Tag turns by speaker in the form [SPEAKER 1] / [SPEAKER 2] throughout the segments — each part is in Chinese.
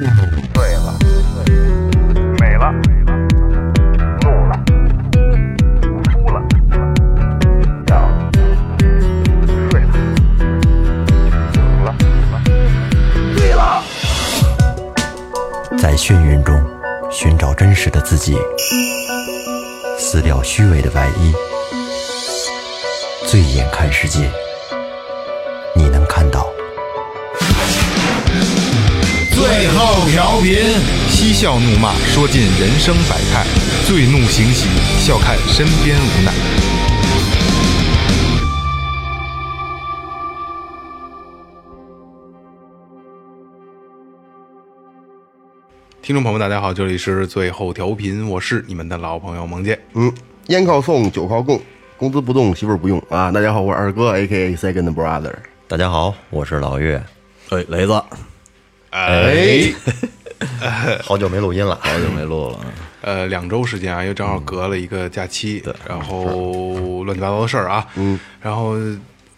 [SPEAKER 1] 了，
[SPEAKER 2] 美了，怒了，哭了，笑了，睡了，醒了，醉了。
[SPEAKER 1] 在眩晕中寻找真实的自己，撕掉虚伪的外衣，醉眼看世界，你能看到。
[SPEAKER 3] 最后调频，
[SPEAKER 4] 嬉笑怒骂，说尽人生百态；醉怒行喜，笑看身边无奈。听众朋友们，大家好，这里是最后调频，我是你们的老朋友萌姐。
[SPEAKER 5] 嗯，烟靠送，酒靠供，工资不动，媳妇儿不用啊！大家好，我是二哥，A K A Second Brother。
[SPEAKER 1] 大家好，我是老岳，
[SPEAKER 6] 哎，雷子，
[SPEAKER 4] 哎，
[SPEAKER 6] 好久没录音了，好久没录了。
[SPEAKER 4] 呃，两周时间啊，因为正好隔了一个假期，
[SPEAKER 6] 嗯
[SPEAKER 4] 然后乱七八糟的事儿啊，嗯，然后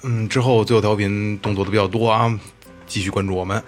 [SPEAKER 4] 嗯，之后最后调频动作的比较多啊，继续关注我们。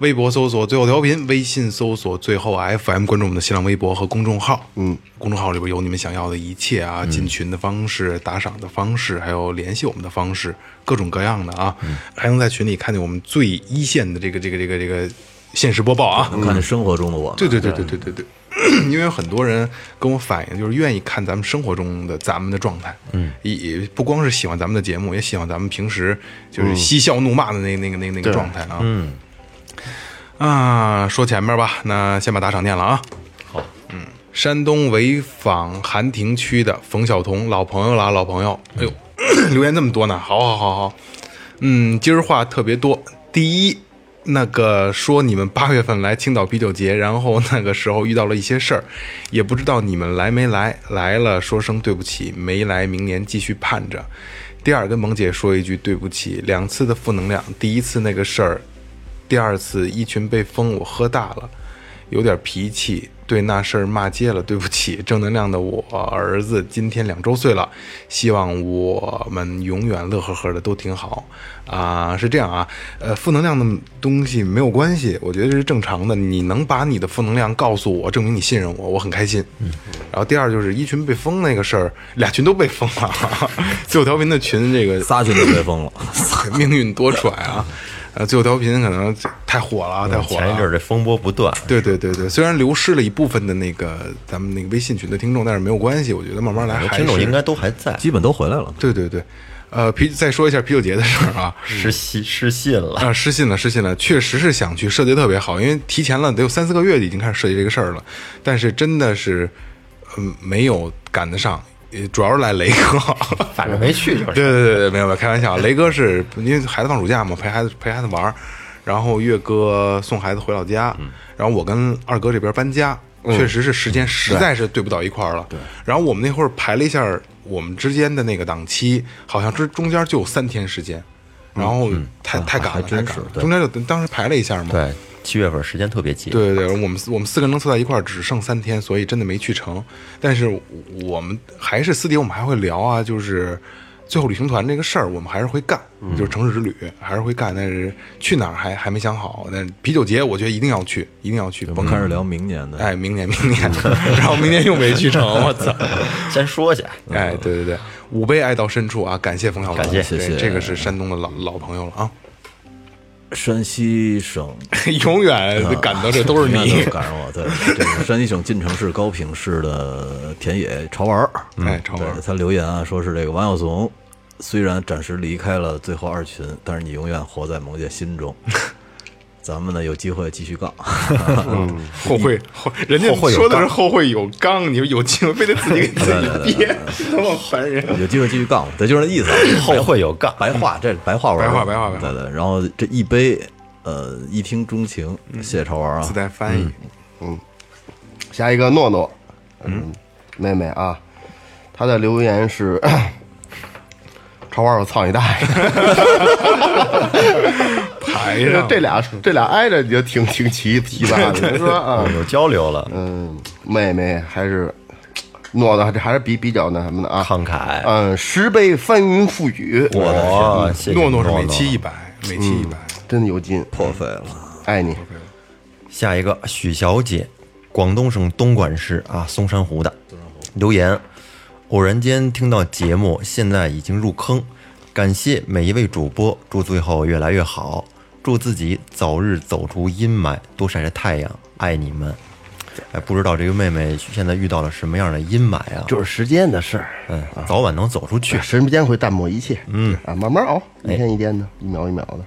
[SPEAKER 4] 微博搜索最后调频，微信搜索最后 FM，关注我们的新浪微博和公众号。嗯，公众号里边有你们想要的一切啊，
[SPEAKER 6] 嗯
[SPEAKER 4] 进群的方式、打赏的方式，还有联系我们的方式，各种各样的啊，
[SPEAKER 6] 嗯
[SPEAKER 4] 还能在群里看见我们最一线的这个这个这个这个现实播报啊。
[SPEAKER 6] 嗯看看生活中的我们，
[SPEAKER 4] 对对对对对对对， 因为有很多人跟我反映，就是愿意看咱们生活中的咱们的状态，嗯，也也不光是喜欢咱们的节目，也喜欢咱们平时就是嬉笑怒骂的那那个那个那个状态啊，嗯，啊，说前面吧，那先把打赏念了啊，嗯山东潍坊韩亭区的冯晓彤，老朋友了啊，老朋友，哎呦， 留言这么多呢，好好好好，嗯，今儿话特别多。第一，那个说你们八月份来青岛啤酒节，然后那个时候遇到了一些事儿，也不知道你们来没来，来了说声对不起，没来明年继续盼着。第二，跟萌姐说一句对不起，两次的负能量，第一次那个事儿，第二次一群被封，我喝大了。有点脾气，对那事儿骂街了，对不起。正能量的我儿子今天两周岁了，希望我们永远乐呵呵的，都挺好啊、是这样啊，呃，负能量的东西没有关系，我觉得这是正常的。你能把你的负能量告诉我，证明你信任我，我很开心。嗯。然后第二就是一群被封那个事儿， 俩群都被封了，最后调频的群这个
[SPEAKER 6] 仨群都被封了。
[SPEAKER 4] 命运多舛啊。呃，最后调频可能太火了啊，太火了啊。
[SPEAKER 7] 前一阵儿这风波不断，
[SPEAKER 4] 对对对对，虽然流失了一部分的那个咱们那个微信群的听众，但是没有关系，我觉得慢慢来还是。
[SPEAKER 7] 听众应该都还在，
[SPEAKER 6] 基本都回来了，
[SPEAKER 4] 对对对，呃，啤再说一下啤酒节的事儿啊。
[SPEAKER 7] 失信失信了。
[SPEAKER 4] 啊，失信了，失信了，确实是想去，设计得特别好，因为提前了得有三四个月已经开始设计这个事儿了，但是真的是，嗯，没有赶得上，呃主要是赖雷哥，
[SPEAKER 7] 反正没去就是。
[SPEAKER 4] 对对对对，没有没有，嗯开玩笑。雷哥是因为孩子放暑假嘛，陪孩子陪孩子玩儿，然后岳哥送孩子回老家，然后我跟二哥这边搬家，确实是时间实在是对不到一块儿了。嗯对，然后我们那会儿排了一下我们之间的那个档期，好像这中间就有三天时间，然后太太赶了，太赶了，中间就当时排了一下嘛。
[SPEAKER 7] 对，七月份时间特别紧。
[SPEAKER 4] 对对对，我们四我们四个人能凑在一块儿只剩三天，所以真的没去成。但是我们还是私底下我们还会聊啊，就是最后旅行团这个事儿，我们还是会干，
[SPEAKER 6] 嗯
[SPEAKER 4] 就是城市之旅还是会干，但是去哪儿还还没想好。但是啤酒节我觉得一定要去，一定要去，
[SPEAKER 6] 我
[SPEAKER 4] 甭
[SPEAKER 6] 们开
[SPEAKER 4] 看。
[SPEAKER 6] 始聊明年的。
[SPEAKER 4] 哎，明年明年，然后明年又没去成，我 操！
[SPEAKER 7] 先说下，
[SPEAKER 4] 哎，对对对，吾辈爱到深处啊！感谢冯小刚，
[SPEAKER 7] 感谢
[SPEAKER 4] 对
[SPEAKER 6] 谢谢
[SPEAKER 4] 这个是山东的老老朋友了啊，
[SPEAKER 6] 山西省
[SPEAKER 4] 永远赶到这都是
[SPEAKER 6] 啊永
[SPEAKER 4] 你
[SPEAKER 6] 远都，赶上我，对，这个山西省晋城市高平市的田野潮玩儿，
[SPEAKER 4] 哎，超
[SPEAKER 6] 对他留言啊，说是这个王小怂，虽然暂时离开了最后二群，但是你永远活在萌姐心 中。咱们呢有机会继续杠，
[SPEAKER 4] 后会后，人家
[SPEAKER 6] 后会有
[SPEAKER 4] 说的是
[SPEAKER 6] 刚
[SPEAKER 4] 后会有刚，你有机会非得自 己给自己憋，多么烦 人！
[SPEAKER 6] 有机会继续杠，对，就是那意思啊。
[SPEAKER 7] 后会有杠。
[SPEAKER 6] 白话，这白话文儿，
[SPEAKER 4] 白话白话白话
[SPEAKER 6] 对对。然后这一杯，呃，一听钟情，谢谢潮玩啊
[SPEAKER 4] 嗯自，带翻译，
[SPEAKER 5] 下一个诺诺，嗯，妹妹啊，她的留言是： 超玩我操你大 爷！
[SPEAKER 4] 排
[SPEAKER 5] 这
[SPEAKER 4] 上
[SPEAKER 5] 这俩这俩挨着你就挺挺奇奇 葩的，你说啊？
[SPEAKER 7] 有交流了，
[SPEAKER 5] 嗯，妹妹还是诺诺，这还是比比较那什么的啊。
[SPEAKER 7] 慷慨。
[SPEAKER 5] 嗯，十杯翻云覆雨，
[SPEAKER 7] 我的天，谢谢
[SPEAKER 4] 诺
[SPEAKER 7] 诺
[SPEAKER 4] 诺是每期一百，每期一百，
[SPEAKER 5] 真的有劲，
[SPEAKER 6] 破费了。
[SPEAKER 5] 爱你。
[SPEAKER 1] 下一个许小姐，广东省东莞市啊松山湖的留言，偶然间听到节目，现在已经入坑，感谢每一位主播，祝最后越来越好，祝自己早日走出阴霾，多晒晒太阳，爱你们。哎，不知道这个妹妹现在遇到了什么样的阴霾啊？
[SPEAKER 5] 就是时间的事儿，
[SPEAKER 1] 嗯，早晚能走出去。
[SPEAKER 5] 时间会淡漠一切，嗯啊，慢慢熬，一天一天的，一秒一秒的，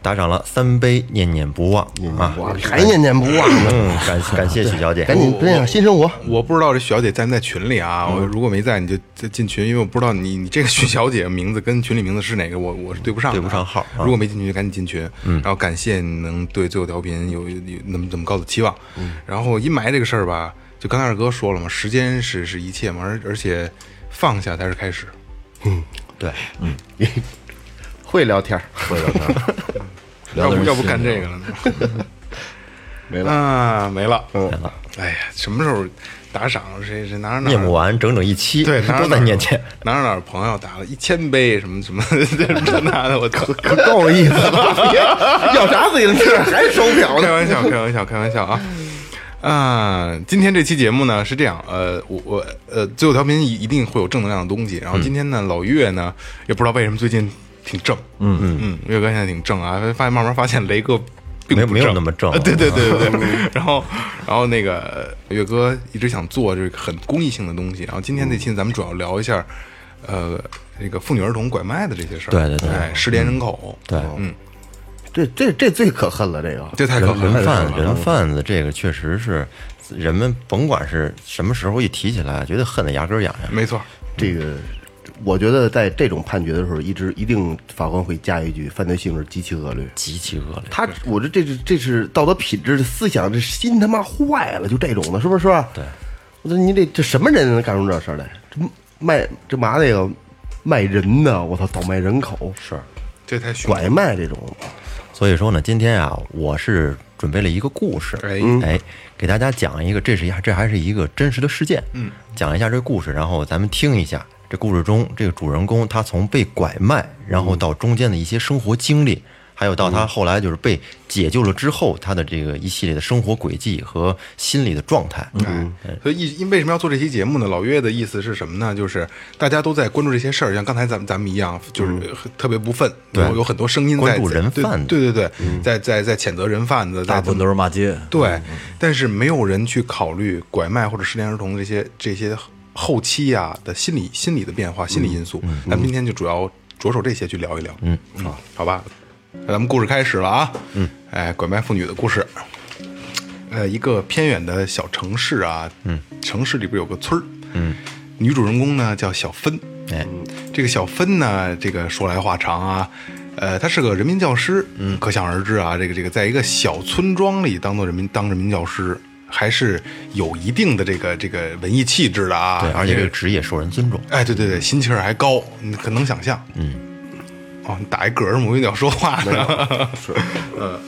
[SPEAKER 1] 打赏了三杯，念念不忘啊！
[SPEAKER 5] 哇，还念念不忘哦呢，
[SPEAKER 1] 嗯，感感谢许小姐，
[SPEAKER 5] 赶紧分享新生活，
[SPEAKER 4] 嗯我不知道这许小姐在不在群里啊，我如果没在，你就就进群，因为我不知道你你 这个许小姐名字跟群里名字是哪个，我我是对不上的啊嗯
[SPEAKER 1] 对不上号啊
[SPEAKER 4] 如果没进群，就赶紧进群。然后感谢你能对最后调频有有有那么那么高的期望。然后阴霾这个事儿吧，就刚才二哥说了嘛，时间是是一切嘛，而而且放下才是开始。
[SPEAKER 1] 对，
[SPEAKER 5] 会聊天儿，
[SPEAKER 6] 会聊 天儿，聊
[SPEAKER 4] 要
[SPEAKER 6] 点
[SPEAKER 4] 不
[SPEAKER 6] 儿
[SPEAKER 4] 要不
[SPEAKER 6] 新
[SPEAKER 4] 干
[SPEAKER 6] 的
[SPEAKER 4] 这个了呢？
[SPEAKER 5] 没了
[SPEAKER 4] 啊， 没了。
[SPEAKER 5] 嗯
[SPEAKER 4] 哎呀，什么时候打赏谁谁哪儿哪儿
[SPEAKER 1] 念不完整整一期，
[SPEAKER 4] 对，哪儿
[SPEAKER 1] 都
[SPEAKER 4] 哪
[SPEAKER 1] 在
[SPEAKER 4] 儿
[SPEAKER 1] 念念。
[SPEAKER 4] 哪儿哪儿朋友打了一千杯什么什么 这这那的，我操！
[SPEAKER 5] 可够意思了， 别要啥自行车还手表
[SPEAKER 4] 开
[SPEAKER 5] 呢？
[SPEAKER 4] 玩笑，开玩笑，开玩 笑啊！啊，今天这期节目呢是这样，呃，我我呃，最后调频一定会有正能量的东西。然
[SPEAKER 5] 嗯
[SPEAKER 4] 后今天呢，老岳呢也不知道为什么最近挺正，嗯嗯嗯，岳哥现在挺正啊，发现慢慢发现雷哥并
[SPEAKER 1] 没有
[SPEAKER 4] 不
[SPEAKER 1] 没有
[SPEAKER 4] 正
[SPEAKER 1] 那么正
[SPEAKER 4] 啊 对对对对对。 然后然后那个岳哥一直想做这个很公益性的东西，然后今天这期咱们主要聊一下，呃，这个妇女儿童拐卖的这些事儿，
[SPEAKER 1] 对对对
[SPEAKER 4] 哎，失联人口，
[SPEAKER 1] 对
[SPEAKER 4] 嗯，
[SPEAKER 5] 这这这最可恨了，这个
[SPEAKER 4] 这太可
[SPEAKER 1] 人
[SPEAKER 4] 恨了，
[SPEAKER 1] 人贩
[SPEAKER 4] 是吧
[SPEAKER 1] 人贩子，这个确实是人们甭管是什么时候一提起来，觉得恨得牙根痒痒。
[SPEAKER 4] 没错，
[SPEAKER 5] 这个，我觉得在这种判决的时候，一直一定法官会加一句：犯罪性质极其恶劣。
[SPEAKER 1] 极其恶劣，
[SPEAKER 5] 他，我这这是这是道德品质、思想，这心他妈坏了，就这种的，是不是？对，我说你这这什么人能干出这事儿来？这卖这嘛那个卖人呢？我操，倒卖人口是
[SPEAKER 4] 这太凶了，
[SPEAKER 5] 拐卖这种，
[SPEAKER 1] 所以说呢，今天啊，我是准备了一个故事，
[SPEAKER 4] 哎
[SPEAKER 1] 哎，给大家讲一个，这是一这还是一个真实的事件，嗯，讲一下这故事，然后咱们听一下这故事中这个主人公他从被拐卖，然
[SPEAKER 4] 嗯
[SPEAKER 1] 后到中间的一些生活经历，还有到他后来就是被解救了之后他的这个一系列的生活轨迹和心理的状态，嗯，
[SPEAKER 4] 哎所以一因为什么要做这期节目呢？老岳的意思是什么呢？就是大家都在关注这些事儿，像刚才咱们咱们一样，就是很特别不愤，
[SPEAKER 1] 嗯对
[SPEAKER 4] 有有很多声音在
[SPEAKER 1] 关注人贩子嗯
[SPEAKER 4] 对对对，对在在在谴责人贩子，在
[SPEAKER 6] 大部分都是骂街，
[SPEAKER 4] 对，但是没有人去考虑拐卖或者失联儿童的这些这些后期呀、的心理心理的变化、心理因素。咱们今天就主要着手这些去聊一聊。嗯，啊，好吧，那咱们故事开始了啊。嗯，哎，拐卖妇女的故事。呃，一个偏远的小城市啊，嗯，城市里边有个村儿，嗯，女主人公呢叫小芬，
[SPEAKER 1] 哎，
[SPEAKER 4] 这个小芬呢，这个说来话长啊，呃，她是个人民教师，嗯，可想而知啊，这个这个，在一个小村庄里当做人民当人民教师，还是有一定的这个这个文艺气质的啊，
[SPEAKER 1] 对，而且这
[SPEAKER 4] 这
[SPEAKER 1] 个
[SPEAKER 4] 个
[SPEAKER 1] 职业受人尊重，
[SPEAKER 4] 哎，对对对，心气儿还高，你可能想象，嗯，哦，你打一嗝儿，我以为你要说话 呢，是，嗯。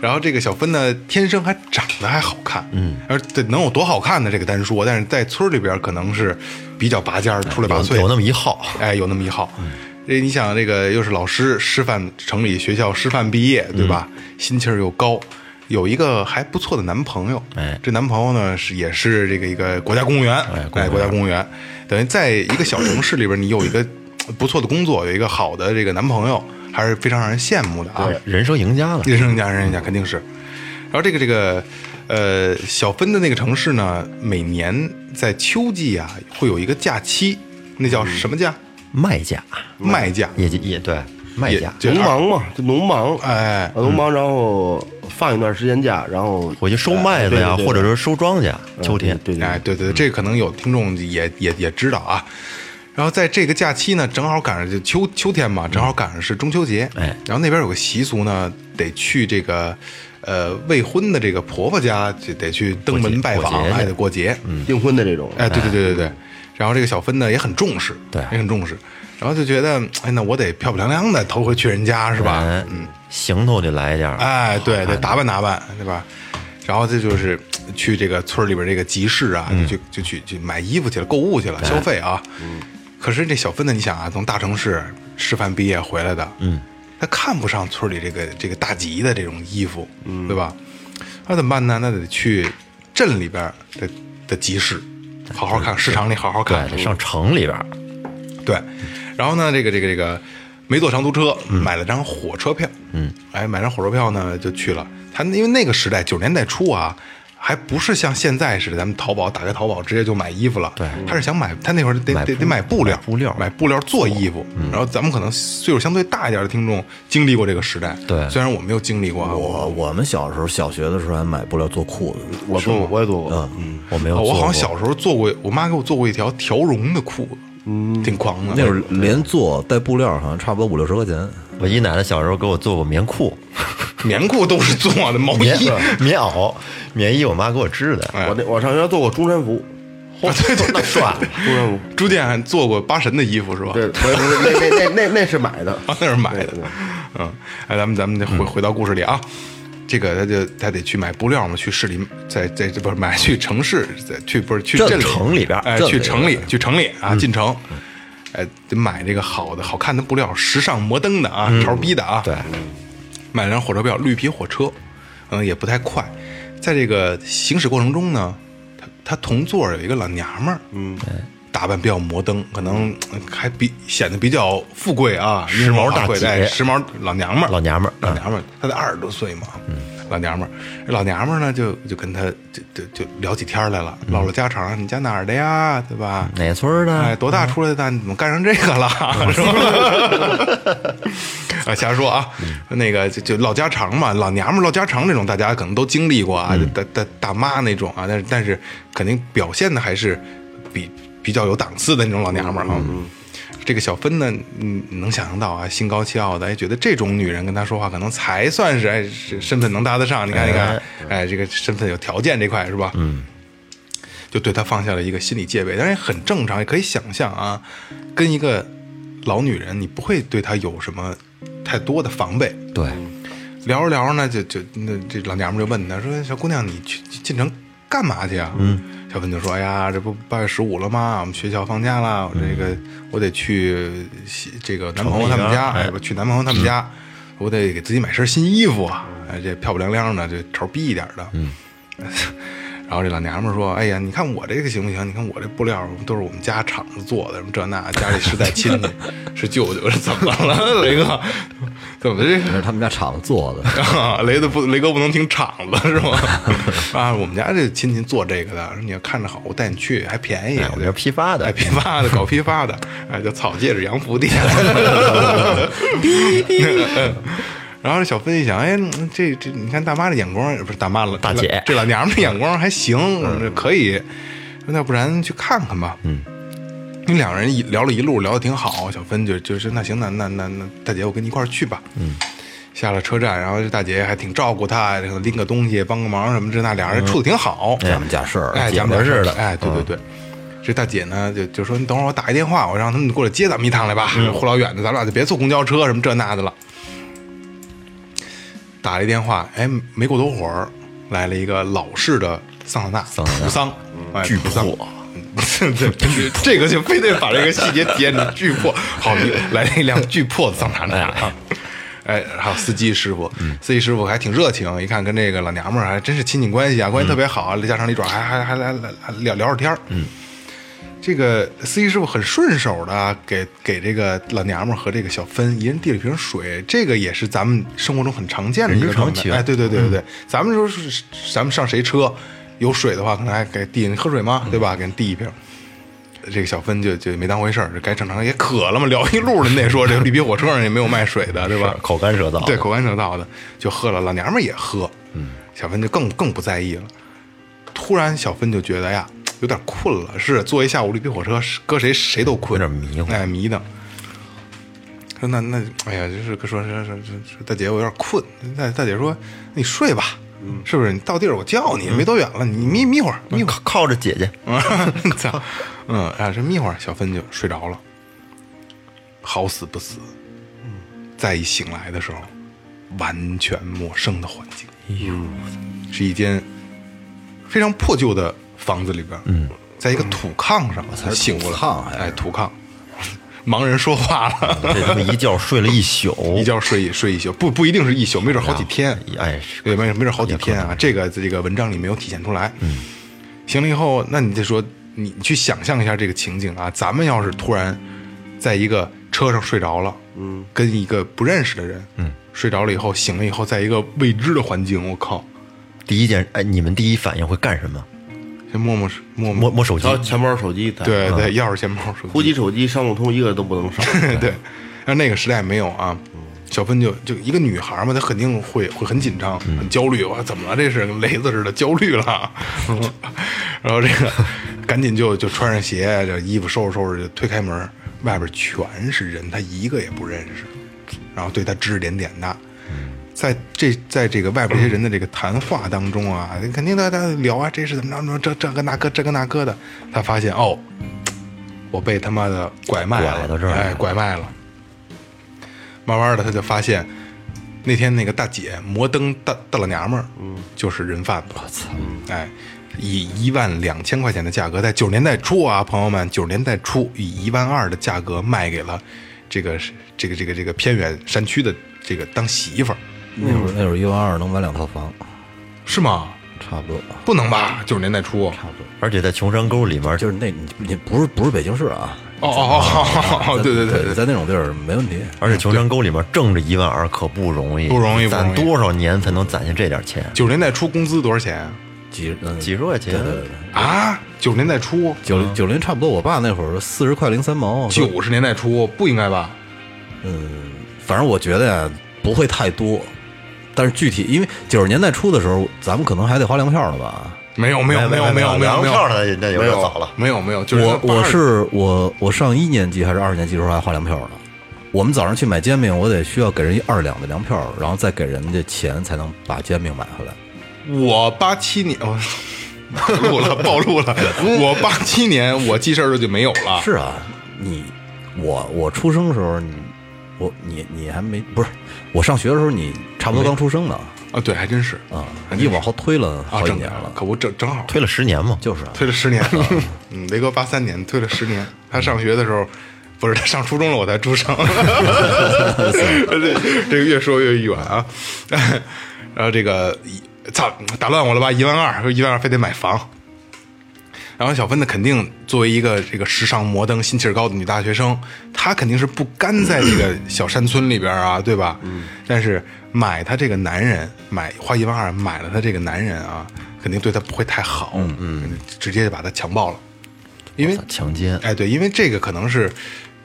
[SPEAKER 4] 然后这个小芬呢，天生还长得还好看，嗯，而这能有多好看呢？这个单说，但是在村儿里边儿可能是比较拔尖儿、出类拔
[SPEAKER 1] 有
[SPEAKER 4] 萃，
[SPEAKER 1] 有那么一号，嗯
[SPEAKER 4] 哎，有那么一号。这你想，这个又是老师，师范城里学校师范毕业，对吧？
[SPEAKER 1] 嗯
[SPEAKER 4] 心气儿又高，有一个还不错的男朋友。
[SPEAKER 1] 哎
[SPEAKER 4] 这男朋友呢是也是这个一个国家公务员，哎
[SPEAKER 1] 公务员
[SPEAKER 4] 国家公务员，等于在一个小城市里边，你有一个不错的工作，有一个好的这个男朋友，还是非常让人羡慕的啊。
[SPEAKER 1] 人生赢家了，
[SPEAKER 4] 人生赢家，人生赢家肯定是。然后这个这个，呃，小芬的那个城市呢，每年在秋季啊，会有一个假期，那叫什么假？
[SPEAKER 1] 卖家，
[SPEAKER 4] 卖假，
[SPEAKER 1] 也也对，卖
[SPEAKER 4] 也
[SPEAKER 1] 家
[SPEAKER 4] 这
[SPEAKER 5] 农
[SPEAKER 4] 二
[SPEAKER 5] 忙嘛，就农忙，
[SPEAKER 4] 哎
[SPEAKER 5] 啊，农忙，然后放一段时间假，然后
[SPEAKER 1] 回去收麦子呀，
[SPEAKER 5] 哎对对对嗯
[SPEAKER 1] 或者说收庄稼，秋天。
[SPEAKER 5] 对对
[SPEAKER 4] 哎，对对对，这个可能有听众也也也知道啊。然后在这个假期呢，正好赶上就秋秋天嘛，正好赶上是中秋节。
[SPEAKER 1] 哎
[SPEAKER 4] 然后那边有个习俗呢，得去这个呃未婚的这个婆婆家，就得去登门拜
[SPEAKER 1] 过
[SPEAKER 4] 访，
[SPEAKER 1] 节去
[SPEAKER 4] 哎，得过节。嗯，
[SPEAKER 5] 订婚的这种，
[SPEAKER 4] 哎，对对对对对。然后这个小芬呢也很重视，
[SPEAKER 1] 对
[SPEAKER 4] 也很重视。然后就觉得，哎，那我得漂漂亮亮的头回去人家是吧？
[SPEAKER 1] 哎，行头得来点儿。嗯
[SPEAKER 4] 哎，对，得打扮打扮，对吧？然后这就是去这个村儿里边这个集市啊，
[SPEAKER 1] 嗯
[SPEAKER 4] 就去就去去买衣服去了，购物去了，消费啊。可是这小芬呢，你想啊，从大城市师范毕业回来的，嗯，她看不上村里这个这个大集的这种衣服，嗯，对吧？那怎么办呢？那得去镇里边儿的的集市，好好看，市场里好好看
[SPEAKER 1] 对，，得上城里边儿，
[SPEAKER 4] 对，然后呢，这个这个这个没坐长途车，买了张火车票。嗯，哎，买张火车票呢就去了。他因为那个时代九十年代初啊，还不是像现在似的，咱们淘宝打开淘宝直接就买衣服了。对，他是想买，他那会儿得得得买布料，布料买布料做衣服。然后咱们可能岁数相对大一点的听众经历过这个时代。
[SPEAKER 1] 对
[SPEAKER 4] 虽然我没有经历过啊，我
[SPEAKER 6] 我我们小时候小学的时候还买布料做裤子，
[SPEAKER 5] 我做过，我也做
[SPEAKER 6] 嗯
[SPEAKER 1] 我
[SPEAKER 5] 过，
[SPEAKER 1] 没有
[SPEAKER 4] 啊
[SPEAKER 1] 做
[SPEAKER 4] 我
[SPEAKER 1] 过，
[SPEAKER 4] 好像小时候做过，我妈给我做过一条条绒的裤子，嗯，挺狂的。
[SPEAKER 6] 那会儿连做带布料好像差不多五六十块钱。
[SPEAKER 1] 我姨奶奶小时候给我做过棉裤、
[SPEAKER 4] 棉裤都是做的毛
[SPEAKER 1] 棉
[SPEAKER 4] 衣，
[SPEAKER 1] 棉袄、棉衣，我妈给我织的。
[SPEAKER 5] 我那我上学做过中山服，
[SPEAKER 1] 哦
[SPEAKER 4] 啊对对对，帅。
[SPEAKER 5] 中山服，
[SPEAKER 4] 朱店还做过八神的衣服是吧？
[SPEAKER 5] 对，我也不是那那那那那是买的，
[SPEAKER 4] 啊，那是买的。嗯，哎，咱们咱们得
[SPEAKER 1] 嗯
[SPEAKER 4] 回回到故事里啊。这个他就他得去买布料嘛，去市里，在在这不是买 去城市，在去不是去镇里
[SPEAKER 1] 城里边儿嗯
[SPEAKER 4] 哎，
[SPEAKER 1] 镇
[SPEAKER 4] 去
[SPEAKER 1] 里
[SPEAKER 4] 城里，去城里啊，进城，哎，得买这个好的、好看的布料，时尚摩登的啊，潮逼的啊，
[SPEAKER 1] 嗯对，
[SPEAKER 4] 买了辆火车票，绿皮火车，嗯，也不太快，在这个行驶过程中呢，他他同座有一个老娘们儿，嗯，打扮比较摩登，可能呃还比显得比较富贵啊，时
[SPEAKER 1] 髦大姐
[SPEAKER 4] 时髦老娘们儿，
[SPEAKER 1] 老娘们儿嗯
[SPEAKER 4] 老娘们儿，她才二十多岁嘛，老娘们儿，这老娘们儿呢就就跟他就就就聊起天儿来了，
[SPEAKER 1] 嗯
[SPEAKER 4] 唠唠家常，你家哪儿的呀，对吧？
[SPEAKER 1] 哪村儿
[SPEAKER 4] 哎，
[SPEAKER 1] 的？
[SPEAKER 4] 多大出来的蛋？你怎么干成这个了？是吧？ 啊，瞎说啊，那个就就唠家常嘛，老娘们儿唠家常这种，大家可能都经历过啊，就大大大妈那种啊，但是但是肯定表现的还是比比较有档次的那种老娘们儿啊。这个小芬呢，嗯，能想象到啊，心高气傲的，哎，觉得这种女人跟他说话，可能才算是哎是身份能搭得上。你看，你看，哎，这个身份有条件这块是吧？嗯，就对他放下了一个心理戒备，当然也很正常，也可以想象啊，跟一个老女人，你不会对她有什么太多的防备。
[SPEAKER 1] 对，
[SPEAKER 4] 聊着聊着呢，就就那这老娘们就问她说：“小姑娘，你去进城干嘛去啊？”嗯，小芬就说：“哎呀，这不八月十五了吗？我们学校放假了，我这个、我得去西这个男朋友他们家，哎，我去男朋友他们家，我得给自己买身新衣服啊，哎，这漂漂亮亮的，这潮逼一点的。”嗯。 然后这老娘们说：“哎呀，你看我这个行不行？你看我这布料都是我们家厂子做的，什么这那，家里是在亲 戚，是舅舅，是怎么了，雷哥？怎么这个
[SPEAKER 6] 那是他们家厂子做 的，
[SPEAKER 4] 啊， 雷子不，雷哥不能听场子 是吗？啊，我们家这亲戚做这个的，说你要看着好，我带你去，还便宜。
[SPEAKER 1] 哎，我们这批发
[SPEAKER 4] 哎，
[SPEAKER 1] 的，
[SPEAKER 4] 批发的，搞批发的，哎，叫草戒指洋服店。 然后这小芬一想，哎，嗯这这，你看大妈的眼光，不是大妈了，
[SPEAKER 1] 大姐
[SPEAKER 4] 这老娘们的眼光还行，这可以。那不然去看看吧。嗯，因为两个人一聊了一路，聊的挺好。小芬就就是那行，那那那那大姐，我跟你一块儿去吧。嗯。下了车站，然后这大姐还挺照顾他，这个拎个东西帮个忙什么这那，俩人处的挺好。
[SPEAKER 6] 咱们家事儿，
[SPEAKER 4] 哎，
[SPEAKER 1] 姐
[SPEAKER 4] 讲
[SPEAKER 1] 们
[SPEAKER 4] 点
[SPEAKER 1] 儿
[SPEAKER 4] 事
[SPEAKER 1] 似
[SPEAKER 4] 儿
[SPEAKER 1] 的
[SPEAKER 4] 哎，对对对。这大姐呢，就就说你等会儿我打一电话，我让他们过来接咱们一趟来吧，呼老远的，咱俩就别坐公交车什么这那的了。打了一电话，哎，没过多会儿，来了一个老式的桑塔纳，桑
[SPEAKER 1] 塔纳
[SPEAKER 4] 普桑，哎，
[SPEAKER 1] 巨
[SPEAKER 4] 普桑
[SPEAKER 1] 破。
[SPEAKER 4] 对对对， 这个就非得把这个细节体验的巨破，好，来了一辆巨破的桑塔纳啊！哎，还有司机师傅，司机师傅还挺热情，一看跟这个老娘们儿还真是亲戚关系啊，关系特别好啊，家长里短，还还还来来还聊聊着天儿。嗯，这个司机师傅很顺手的给给这个老娘们儿和这个小芬一人递了一瓶水，这个也是咱们生活中很常见的一个
[SPEAKER 1] 人之常
[SPEAKER 4] 状态。
[SPEAKER 1] 情嗯
[SPEAKER 4] 哎，对对对对对，咱们说是咱们上谁车有水的话，可能还给递你喝水吗？对吧？给人递一瓶。这个小芬就就没当回事儿，这该正常也渴了嘛，聊一路了。那说这个绿皮火车上也没有卖水的，对吧？
[SPEAKER 1] 嗯口干舌燥。
[SPEAKER 4] 对，口干舌燥的就喝了，老娘们儿也喝，嗯，小芬就更更不在意了。突然，小芬就觉得哎呀，有点困了，是坐一下午绿皮火车，是搁谁谁都困，
[SPEAKER 1] 有点迷糊
[SPEAKER 4] 哎，迷瞪。说那那，哎呀，就是说说说说说大姐，我有点困。大大姐说，你睡吧，
[SPEAKER 1] 嗯
[SPEAKER 4] 是不是？你到地儿我叫你，没多远了，你眯眯会儿，眯会儿。
[SPEAKER 1] 靠靠着姐姐，
[SPEAKER 4] 嗯， 操，嗯，啊，这么一会儿，小芬就睡着了。好死不死，再一醒来的时候，完全陌生的环境，嗯是一间非常破旧的房子里边，嗯，在一个土炕上，我才醒过来，
[SPEAKER 6] 土炕还是
[SPEAKER 4] 哎，土炕，盲人说话了，
[SPEAKER 1] 这他妈一觉睡了一宿，
[SPEAKER 4] 一觉睡一睡一宿，不不一定是一宿，没准好几天。
[SPEAKER 1] 哎，
[SPEAKER 4] 对，没没准好几天啊，这个这个文章里没有体现出来。嗯，行了以后，那你再说，你你去想象一下这个情景啊，咱们要是突然在一个车上睡着了，嗯，跟一个不认识的人，嗯，睡着了以后醒了以后，在一个未知的环境，我靠，
[SPEAKER 1] 第一件哎，你们第一反应会干什么？
[SPEAKER 4] 先摸摸摸
[SPEAKER 1] 摸摸手机
[SPEAKER 5] 然，后钱包、手机，，
[SPEAKER 4] 对对，钥匙、钱包、手机，
[SPEAKER 5] 呼机、手机、商务通一个都不能少。
[SPEAKER 4] 对，但那个时代没有啊。小芬就就一个女孩嘛，她肯定会会很紧张、很焦虑。哇，怎么了？这是跟雷子似的焦虑了。 然后这个赶紧就就穿上鞋，这衣服收拾收拾，就推开门，外边全是人，她一个也不认识，然后对她指指点点的。在这在这个外边这些人的这个谈话当中啊，肯定大家聊啊，这是怎么着怎么着，这这个那个这个那个的。她发现哦，我被他妈的拐卖了，
[SPEAKER 1] 拐到这儿来了
[SPEAKER 4] 哎，拐卖了。慢慢的，他就发现那天那个大姐摩登大大老娘们儿，嗯，就是人贩子。我操！哎，以一万两千块钱的价格，在九十年代初啊，朋友们，九十年代初以一万二的价格卖给了这个这个这个这个偏远山区的这个当媳妇儿，
[SPEAKER 6] 那会儿那会儿一万二能买两套房，
[SPEAKER 4] 是吗？
[SPEAKER 6] 差不多。
[SPEAKER 4] 不能吧？九十年代初，哦
[SPEAKER 1] 而且在穷山沟里面，
[SPEAKER 6] 就是那你你不是不是北京市啊？
[SPEAKER 4] 哦哦哦哦，
[SPEAKER 6] 在
[SPEAKER 4] 对对对对，
[SPEAKER 6] 在那种地儿没问题。
[SPEAKER 1] 而且穷山沟里面挣着一万二可不容易，
[SPEAKER 4] 嗯不容易不容
[SPEAKER 1] 攒
[SPEAKER 4] 易
[SPEAKER 1] 多少年才能攒下这点钱？
[SPEAKER 4] 九十年代初工资多少钱
[SPEAKER 6] 几嗯
[SPEAKER 1] 几十块
[SPEAKER 6] 对
[SPEAKER 1] 钱
[SPEAKER 6] 对，对对，
[SPEAKER 4] 啊？九十年代初，
[SPEAKER 6] 九九零差不多。我爸那会儿四十块零三毛，
[SPEAKER 4] 九十年代初不应该吧？
[SPEAKER 6] 反正我觉得呀不会太多。但是具体，因为九十年代初的时候，咱们可能还得花粮票呢吧？
[SPEAKER 4] 没有没有没有没有没有
[SPEAKER 1] 粮
[SPEAKER 4] 没有
[SPEAKER 1] 票那那有点
[SPEAKER 4] 没有
[SPEAKER 1] 早了，
[SPEAKER 4] 没有没有，就是
[SPEAKER 6] 我
[SPEAKER 4] 八
[SPEAKER 6] 我
[SPEAKER 4] 十
[SPEAKER 6] 是我我上一年级还是二年级的时候还花粮票呢。我们早上去买煎饼，我得需要给人一二两的粮票，然后再给人家钱才能把煎饼买回来。
[SPEAKER 4] 我八七年，我 暴露了暴露了，我八七年我记事儿的就没有了，
[SPEAKER 6] 是啊，你我我出生的时候，你我你你还没不是我上学的时候，你差不多刚出生呢
[SPEAKER 4] 啊，对，还真是
[SPEAKER 6] 啊，你往后推了
[SPEAKER 4] 啊，
[SPEAKER 6] 好几
[SPEAKER 4] 正
[SPEAKER 6] 年了，
[SPEAKER 4] 可不正正好
[SPEAKER 1] 推了十年嘛，
[SPEAKER 6] 就是啊，
[SPEAKER 4] 推了十年了，嗯，雷哥八三年推了十年，他上学的时候。不是他上初中了，我才出生。这这个越说越远啊。 然后这个操，打乱我了吧？一万二，说一万二非得买房。然后小芬呢，肯定作为一个这个时尚摩登、心气儿高的女大学生，她肯定是不甘在这个小山村里边啊，对吧？嗯。但是买她这个男人，买花一万二买了她这个男人啊，肯定对她不会太好，嗯，直接就把她强暴了，因为
[SPEAKER 1] 强奸，
[SPEAKER 4] 哎，对，因为这个可能是，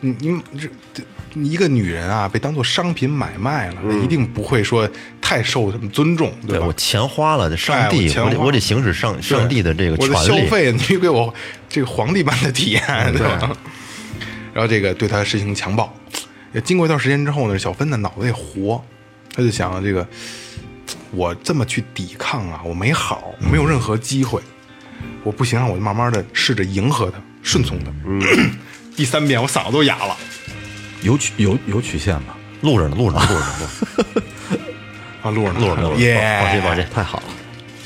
[SPEAKER 4] 你你这这一个女人啊，被当做商品买卖了，一定不会说太受什么尊重，嗯对
[SPEAKER 1] 对
[SPEAKER 4] 吧？
[SPEAKER 1] 我钱花了，得上
[SPEAKER 4] 哎我
[SPEAKER 1] 帝，
[SPEAKER 4] 钱
[SPEAKER 1] 我得
[SPEAKER 4] 花
[SPEAKER 1] 我得行使上上帝的这个
[SPEAKER 4] 我
[SPEAKER 1] 权
[SPEAKER 4] 的消
[SPEAKER 1] 利，嗯
[SPEAKER 4] 费，你给我这个皇帝般的体验，对吧？然后这个对他实行强暴，也经过一段时间之后呢，小芬的脑子也活，他就想这个我这么去抵抗啊，我没好，没有任何机会，我不行啊，我就慢慢的试着迎合他，顺从他。
[SPEAKER 1] 嗯
[SPEAKER 4] 第三遍我嗓子都哑了。
[SPEAKER 6] 有曲有有曲线吧？
[SPEAKER 1] 录着呢，录着呢，录着呢， 录着呢
[SPEAKER 4] 啊，录着呢，录着
[SPEAKER 1] 录着呢，
[SPEAKER 4] 耶！
[SPEAKER 1] 放心放心，太好了，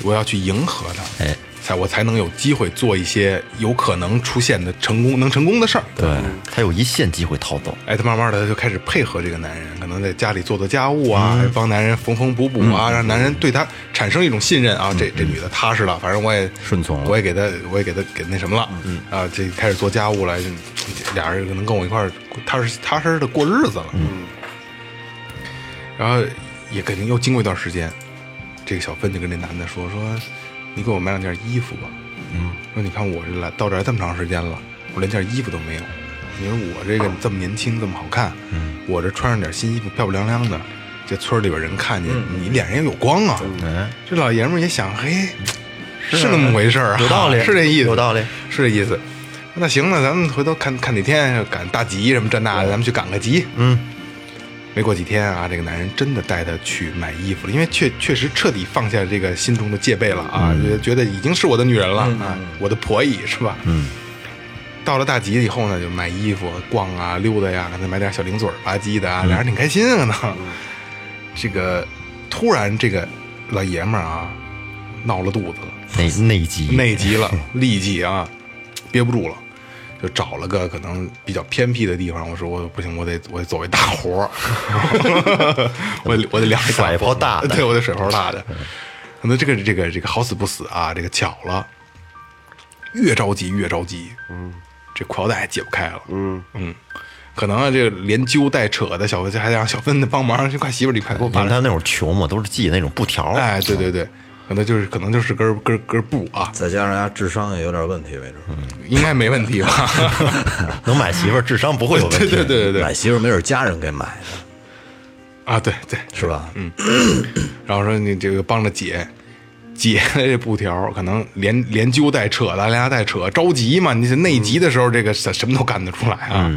[SPEAKER 4] 我要去迎合他，
[SPEAKER 1] 哎，
[SPEAKER 4] 才我才能有机会做一些有可能出现的成功能成功的事儿。
[SPEAKER 1] 对，他有一线机会逃走，
[SPEAKER 4] 哎，他慢慢的就开始配合这个男人，可能在家里做做家务
[SPEAKER 6] 嗯
[SPEAKER 4] 啊，帮男人缝缝补补啊，让男人对她产生一种信任啊。这这女的踏实了，反正我也
[SPEAKER 6] 嗯顺从了
[SPEAKER 4] 我也给她，我也给她给那什么了，嗯啊，这开始做家务了，这俩人能跟我一块儿踏实踏实的过日子了。嗯，然后也肯定又经过一段时间，这个小芬就跟这男的说说，你给我买两件衣服吧。嗯，说你看我这来到这儿这么长时间了，我连件衣服都没有。你说我这个这么年轻，这么好看，嗯，我这穿上点新衣服，漂漂亮亮的，这村里边人看见、你脸上也有光啊。
[SPEAKER 1] 嗯哎，嗯
[SPEAKER 4] 这老爷们儿也想，嘿，是那么回事儿啊，
[SPEAKER 1] 有道理
[SPEAKER 4] 是这意思，
[SPEAKER 1] 有道理，
[SPEAKER 4] 是这意思。那行，那咱们回头看看哪天赶大集什么这那的，咱们去赶个集。
[SPEAKER 1] 嗯，
[SPEAKER 4] 没过几天啊，这个男人真的带她去买衣服了，因为确确实彻底放下这个心中的戒备了啊，觉觉得已经是我的女人了啊，我的婆姨是吧？嗯。到了大集以后呢，就买衣服、逛啊、溜达呀，给他买点小零嘴儿吧唧的啊，俩人挺开心啊呢。这个突然，这个老爷们儿啊，闹了肚子了。
[SPEAKER 1] 内内急，
[SPEAKER 4] 内急了，痢疾啊，憋不住了，就找了个可能比较偏僻的地方，我说我不行，我得我得走一大 活儿，我得我得两
[SPEAKER 1] 甩一泡大的
[SPEAKER 4] 对我得甩泡大的。可能这个这个这个好死不死啊，这个巧了，越着急越着急，嗯，这裤腰带解不开了，嗯嗯。可能啊，这个连揪带扯的小，还让小芬子帮忙，就快媳妇儿，你快给我
[SPEAKER 1] 因
[SPEAKER 4] 把
[SPEAKER 1] 为
[SPEAKER 4] 这
[SPEAKER 1] 他那会儿穷嘛，都是系那种布条儿，
[SPEAKER 4] 哎，对对对，可能就是可能就是根儿根儿根儿布啊，
[SPEAKER 6] 再加上人家智商也有点问题为止，
[SPEAKER 4] 应该没问题吧？
[SPEAKER 1] 能买媳妇儿，智商不会有问
[SPEAKER 4] 对
[SPEAKER 1] 题。
[SPEAKER 4] 对对对对
[SPEAKER 6] 买媳妇儿没准家人给买的，
[SPEAKER 4] 啊，对对。
[SPEAKER 6] 是吧？嗯，
[SPEAKER 4] 然后说你这个帮着解解这布条，可能连连揪带扯的，连拉带扯，着急嘛，你是内急的时候，这个什什么都干得出来啊。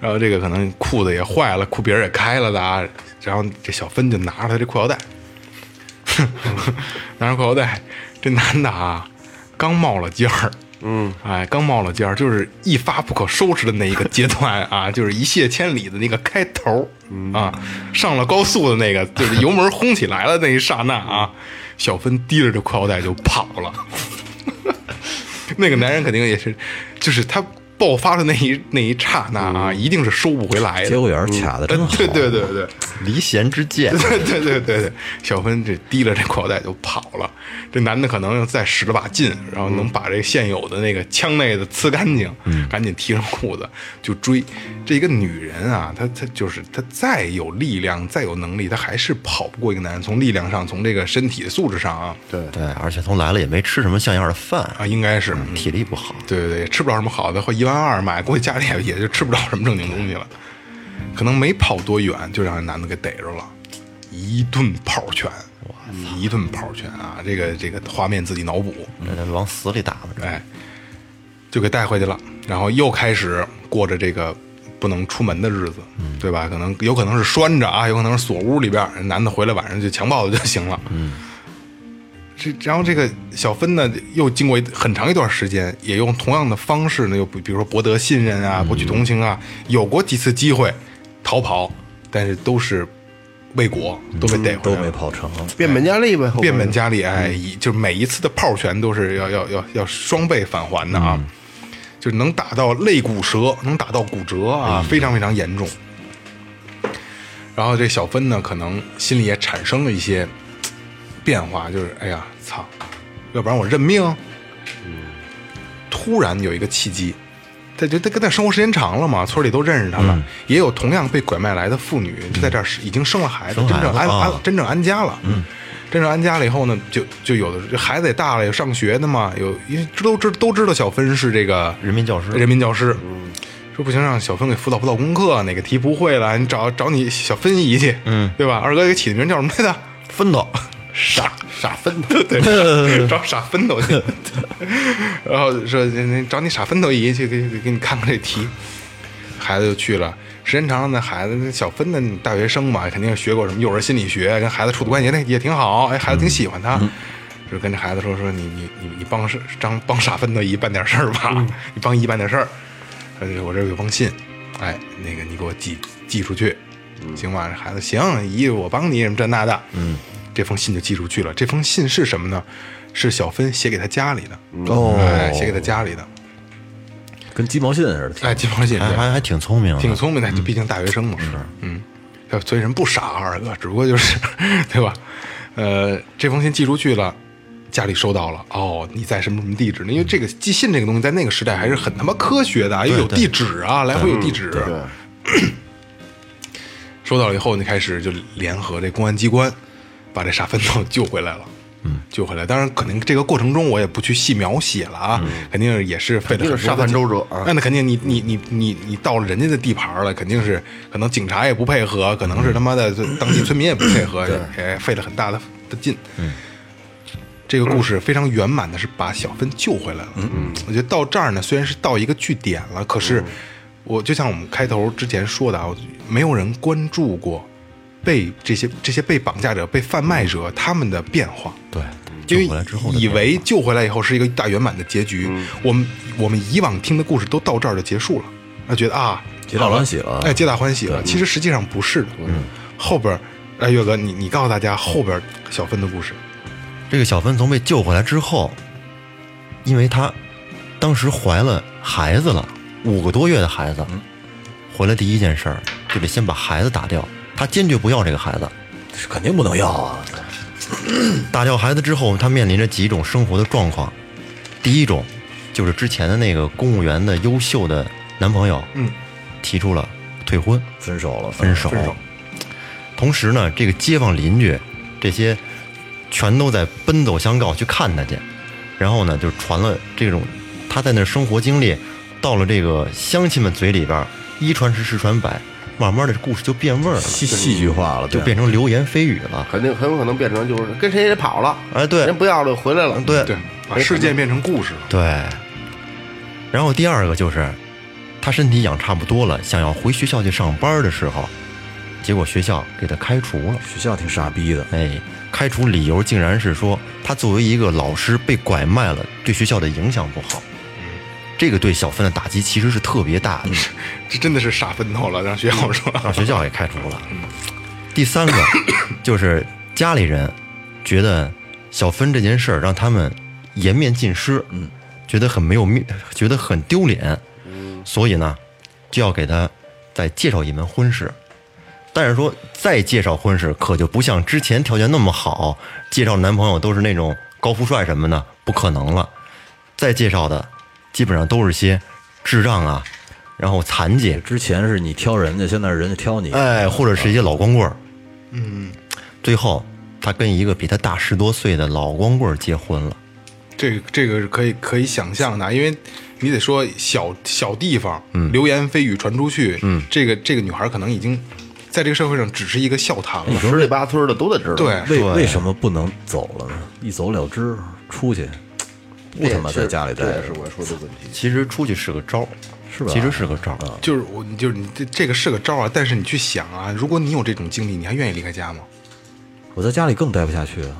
[SPEAKER 4] 然后这个可能裤子也坏了，裤别儿也开了的啊，然后这小芬就拿着他这裤腰带， 拿着裤腰带，这男的啊，刚冒了尖儿，嗯，哎，刚冒了尖儿，就是一发不可收拾的那一个阶段啊， 就是一泻千里的那个开头
[SPEAKER 6] 嗯
[SPEAKER 4] 啊，上了高速的那个，就是油门轰起来了那一刹那啊，小芬提着这裤腰带就跑了。 那个男人肯定也是，就是他爆发的那一那一刹那啊，一定是收不回来的。
[SPEAKER 6] 节骨眼儿卡的嗯真好，
[SPEAKER 4] 嗯对对对对。
[SPEAKER 1] 离弦之箭，
[SPEAKER 4] 对 对对对对，小芬这提了这裤腰带就跑了。这男的可能再使了把劲，然后能把这现有的那个枪内的呲干净，赶紧提上裤子就追。这一个女人啊，她她就是她再有力量，再有能力，她还是跑不过一个男人。从力量上，从这个身体素质上啊，对
[SPEAKER 1] 对，而且从来了也没吃什么像样的饭，
[SPEAKER 4] 啊，应该是。
[SPEAKER 1] 体力不好，
[SPEAKER 4] 对对对，也吃不着什么好的，或一万二买，估计家里也也就吃不着什么正经东西了。可能没跑多远，就让人男的给逮着了，一顿跑拳，一顿跑拳啊！这个这个画面自己脑补，
[SPEAKER 1] 那往死里打吧。这
[SPEAKER 4] 嗯哎，就给带回去了。然后又开始过着这个不能出门的日子，对吧？可能有可能是拴着啊，有可能是锁屋里边儿，男的回来晚上就强暴就行了。嗯。这然后这个小芬呢，又经过一很长一段时间，也用同样的方式呢，又比比如说博得信任啊，博取同情啊，有过几次机会逃跑，但是都是未果，嗯都被逮回来
[SPEAKER 6] 都
[SPEAKER 4] 了。
[SPEAKER 6] 没跑成。
[SPEAKER 5] 变本加厉呗，后边
[SPEAKER 4] 变本加
[SPEAKER 1] 嗯
[SPEAKER 4] 厉，哎，一就是每一次的炮拳都是要要要要双倍返还的
[SPEAKER 1] 嗯
[SPEAKER 4] 啊，就是能打到肋骨折，能打到骨折
[SPEAKER 1] 嗯
[SPEAKER 4] 啊，非常非常严重。然后这小芬呢，可能心里也产生了一些嘖变化，就是哎呀，操，要不然我认命。
[SPEAKER 1] 嗯
[SPEAKER 4] 突然有一个契机，他就他跟他生活时间长了嘛，村里都认识他
[SPEAKER 1] 嗯
[SPEAKER 4] 了，也有同样被拐卖来的妇女就在这儿已经生了孩子，
[SPEAKER 1] 生
[SPEAKER 4] 真
[SPEAKER 1] 孩子
[SPEAKER 4] 正安
[SPEAKER 1] 啊
[SPEAKER 4] 安真正安家了。嗯，真正安家了以后呢，就就有的孩子也大了，有上学的嘛，有因为都知都知道小芬是这个
[SPEAKER 1] 人民教师
[SPEAKER 4] 人民教师。说不行，让小芬给辅导辅导功课，哪个题不会了，你找找你小芬姨去，嗯，对吧？二哥给起的名叫什么来着？
[SPEAKER 1] 分头，
[SPEAKER 4] 傻傻分头，对， 对找傻分头去。 然后说那那找你傻分头姨去，给给给你看看这题。孩子就去了，时间长了，那孩子那小芬呢，大学生嘛，肯定学过什么幼儿心理学，跟孩子处的关系那也挺好，哎，孩子挺喜欢他。就跟这孩子说说你你你你帮是张帮傻分头姨办点事儿吧， 你帮姨办点事儿。他就说我这儿有封信，哎，那个你给我寄寄出去，行吧？这孩子行，姨我帮你什么这那的，嗯，这封信就寄出去了。这封信是什么呢？是小芬写给他家里的，
[SPEAKER 6] 哦
[SPEAKER 4] 哎，写给他家里的，
[SPEAKER 6] 跟鸡毛信似的，
[SPEAKER 4] 哎，寄封信，
[SPEAKER 1] 还
[SPEAKER 4] 对
[SPEAKER 1] 还还挺聪明的，
[SPEAKER 4] 挺聪明的，就毕竟大学生嘛，是，嗯，要所以人不傻，二哥，只不过就是 对吧？呃，这封信寄出去了。家里收到了哦，你在什么什么地址呢？因为这个寄信这个东西，在那个时代还是很他妈科学的啊，因为有地址啊，来回有地址。收到了以后，你开始就联合这公安机关，把这傻分头 救回来了。嗯，救回来。当然，可能这个过程中我也不去细描写了啊，肯定也是费了很多
[SPEAKER 5] 肯定是沙盘周折啊
[SPEAKER 4] 那那肯定你，你你你你到了人家的地盘了，肯定是可能警察也不配合，可能是他妈的当地村民也不配合，也费了很大的的劲。嗯。这个故事非常圆满的是把小芬救回来了。嗯嗯，我觉得到这儿呢，虽然是到一个据点了，可是我就像我们开头之前说的啊，我没有人关注过被这些这些被绑架者、被贩卖者他们的变化。
[SPEAKER 1] 对，
[SPEAKER 4] 因
[SPEAKER 1] 嗯救
[SPEAKER 4] 为
[SPEAKER 1] 回来之后的
[SPEAKER 4] 以
[SPEAKER 1] 变化
[SPEAKER 4] 为救回来以后是一个大圆满的结局，我们我们以往听的故事都到这儿就结束了，那觉得啊，
[SPEAKER 6] 皆大欢喜了
[SPEAKER 4] 哎，皆大欢喜了。
[SPEAKER 1] 嗯
[SPEAKER 4] 其实实际上不是的，嗯，后边儿，哎，岳哥，你你告诉大家后边儿小芬的故事，
[SPEAKER 1] 这个小芬从被救回来之后，因为她当时怀了孩子了，五个多月的孩子，
[SPEAKER 4] 嗯
[SPEAKER 1] 回来第一件事儿就得先把孩子打掉，他坚决不要这个孩子。
[SPEAKER 6] 是肯定不能要啊！
[SPEAKER 1] 打掉孩子之后，他面临着几种生活的状况。第一种就是之前的那个公务员的优秀的男朋友，嗯，提出了退婚，
[SPEAKER 6] 分手了，
[SPEAKER 1] 分手。同时呢，这个街坊邻居这些全都在奔走相告去看他去，然后呢，就传了这种他在那儿生活经历，到了这个乡亲们嘴里边儿，一传十，十传百，慢慢的故事就变味儿了，
[SPEAKER 6] 戏戏剧化了，
[SPEAKER 1] 就
[SPEAKER 6] 对啊
[SPEAKER 1] 变成流言蜚语了。
[SPEAKER 5] 肯定很有可能变成就是跟谁谁跑了，
[SPEAKER 1] 哎，对，
[SPEAKER 5] 人不要了回来了，
[SPEAKER 1] 对
[SPEAKER 4] 对，把事件变成故事了。
[SPEAKER 1] 对。然后第二个就是，他身体养差不多了，想要回学校去上班的时候，结果学校给他开除了。
[SPEAKER 6] 学校挺傻逼的，
[SPEAKER 1] 哎，开除理由竟然是说他作为一个老师被拐卖了，对学校的影响不好。这个对小芬的打击其实是特别大的，
[SPEAKER 4] 这真的是傻分头了，让学校说。
[SPEAKER 1] 让学校也开除了。第三个就是家里人觉得小芬这件事儿让他们颜面尽失，嗯，觉得很没有面，觉得很丢脸，所以呢，就要给她再介绍一门婚事。但是说再介绍婚事，可就不像之前条件那么好，介绍男朋友都是那种高富帅什么的，不可能了。再介绍的基本上都是些智障啊，然后残疾，
[SPEAKER 6] 之前是你挑人家，现在是人家挑你，
[SPEAKER 1] 哎，或者是一些老光棍儿。嗯，最后他跟一个比他大十多岁的老光棍儿结婚了。
[SPEAKER 4] 这个这个是可以可以想象的，因为你得说小小地方，流言蜚语传出去，这个这个女孩可能已经在这个社会上只是一个笑谈了。
[SPEAKER 5] 十里八村的都得知道。
[SPEAKER 4] 对，
[SPEAKER 6] 为为什么不能走了呢？一走了之，出去，不他妈在家里待
[SPEAKER 5] 这也
[SPEAKER 6] 着
[SPEAKER 5] 是，我说的问题。
[SPEAKER 1] 其实出去是个招儿，
[SPEAKER 6] 是吧
[SPEAKER 1] 其实是个招儿。
[SPEAKER 4] 就是我，就是你这这个是个招啊，但是你去想啊，如果你有这种经历，你还愿意离开家吗？
[SPEAKER 6] 我在家里更待不下去啊！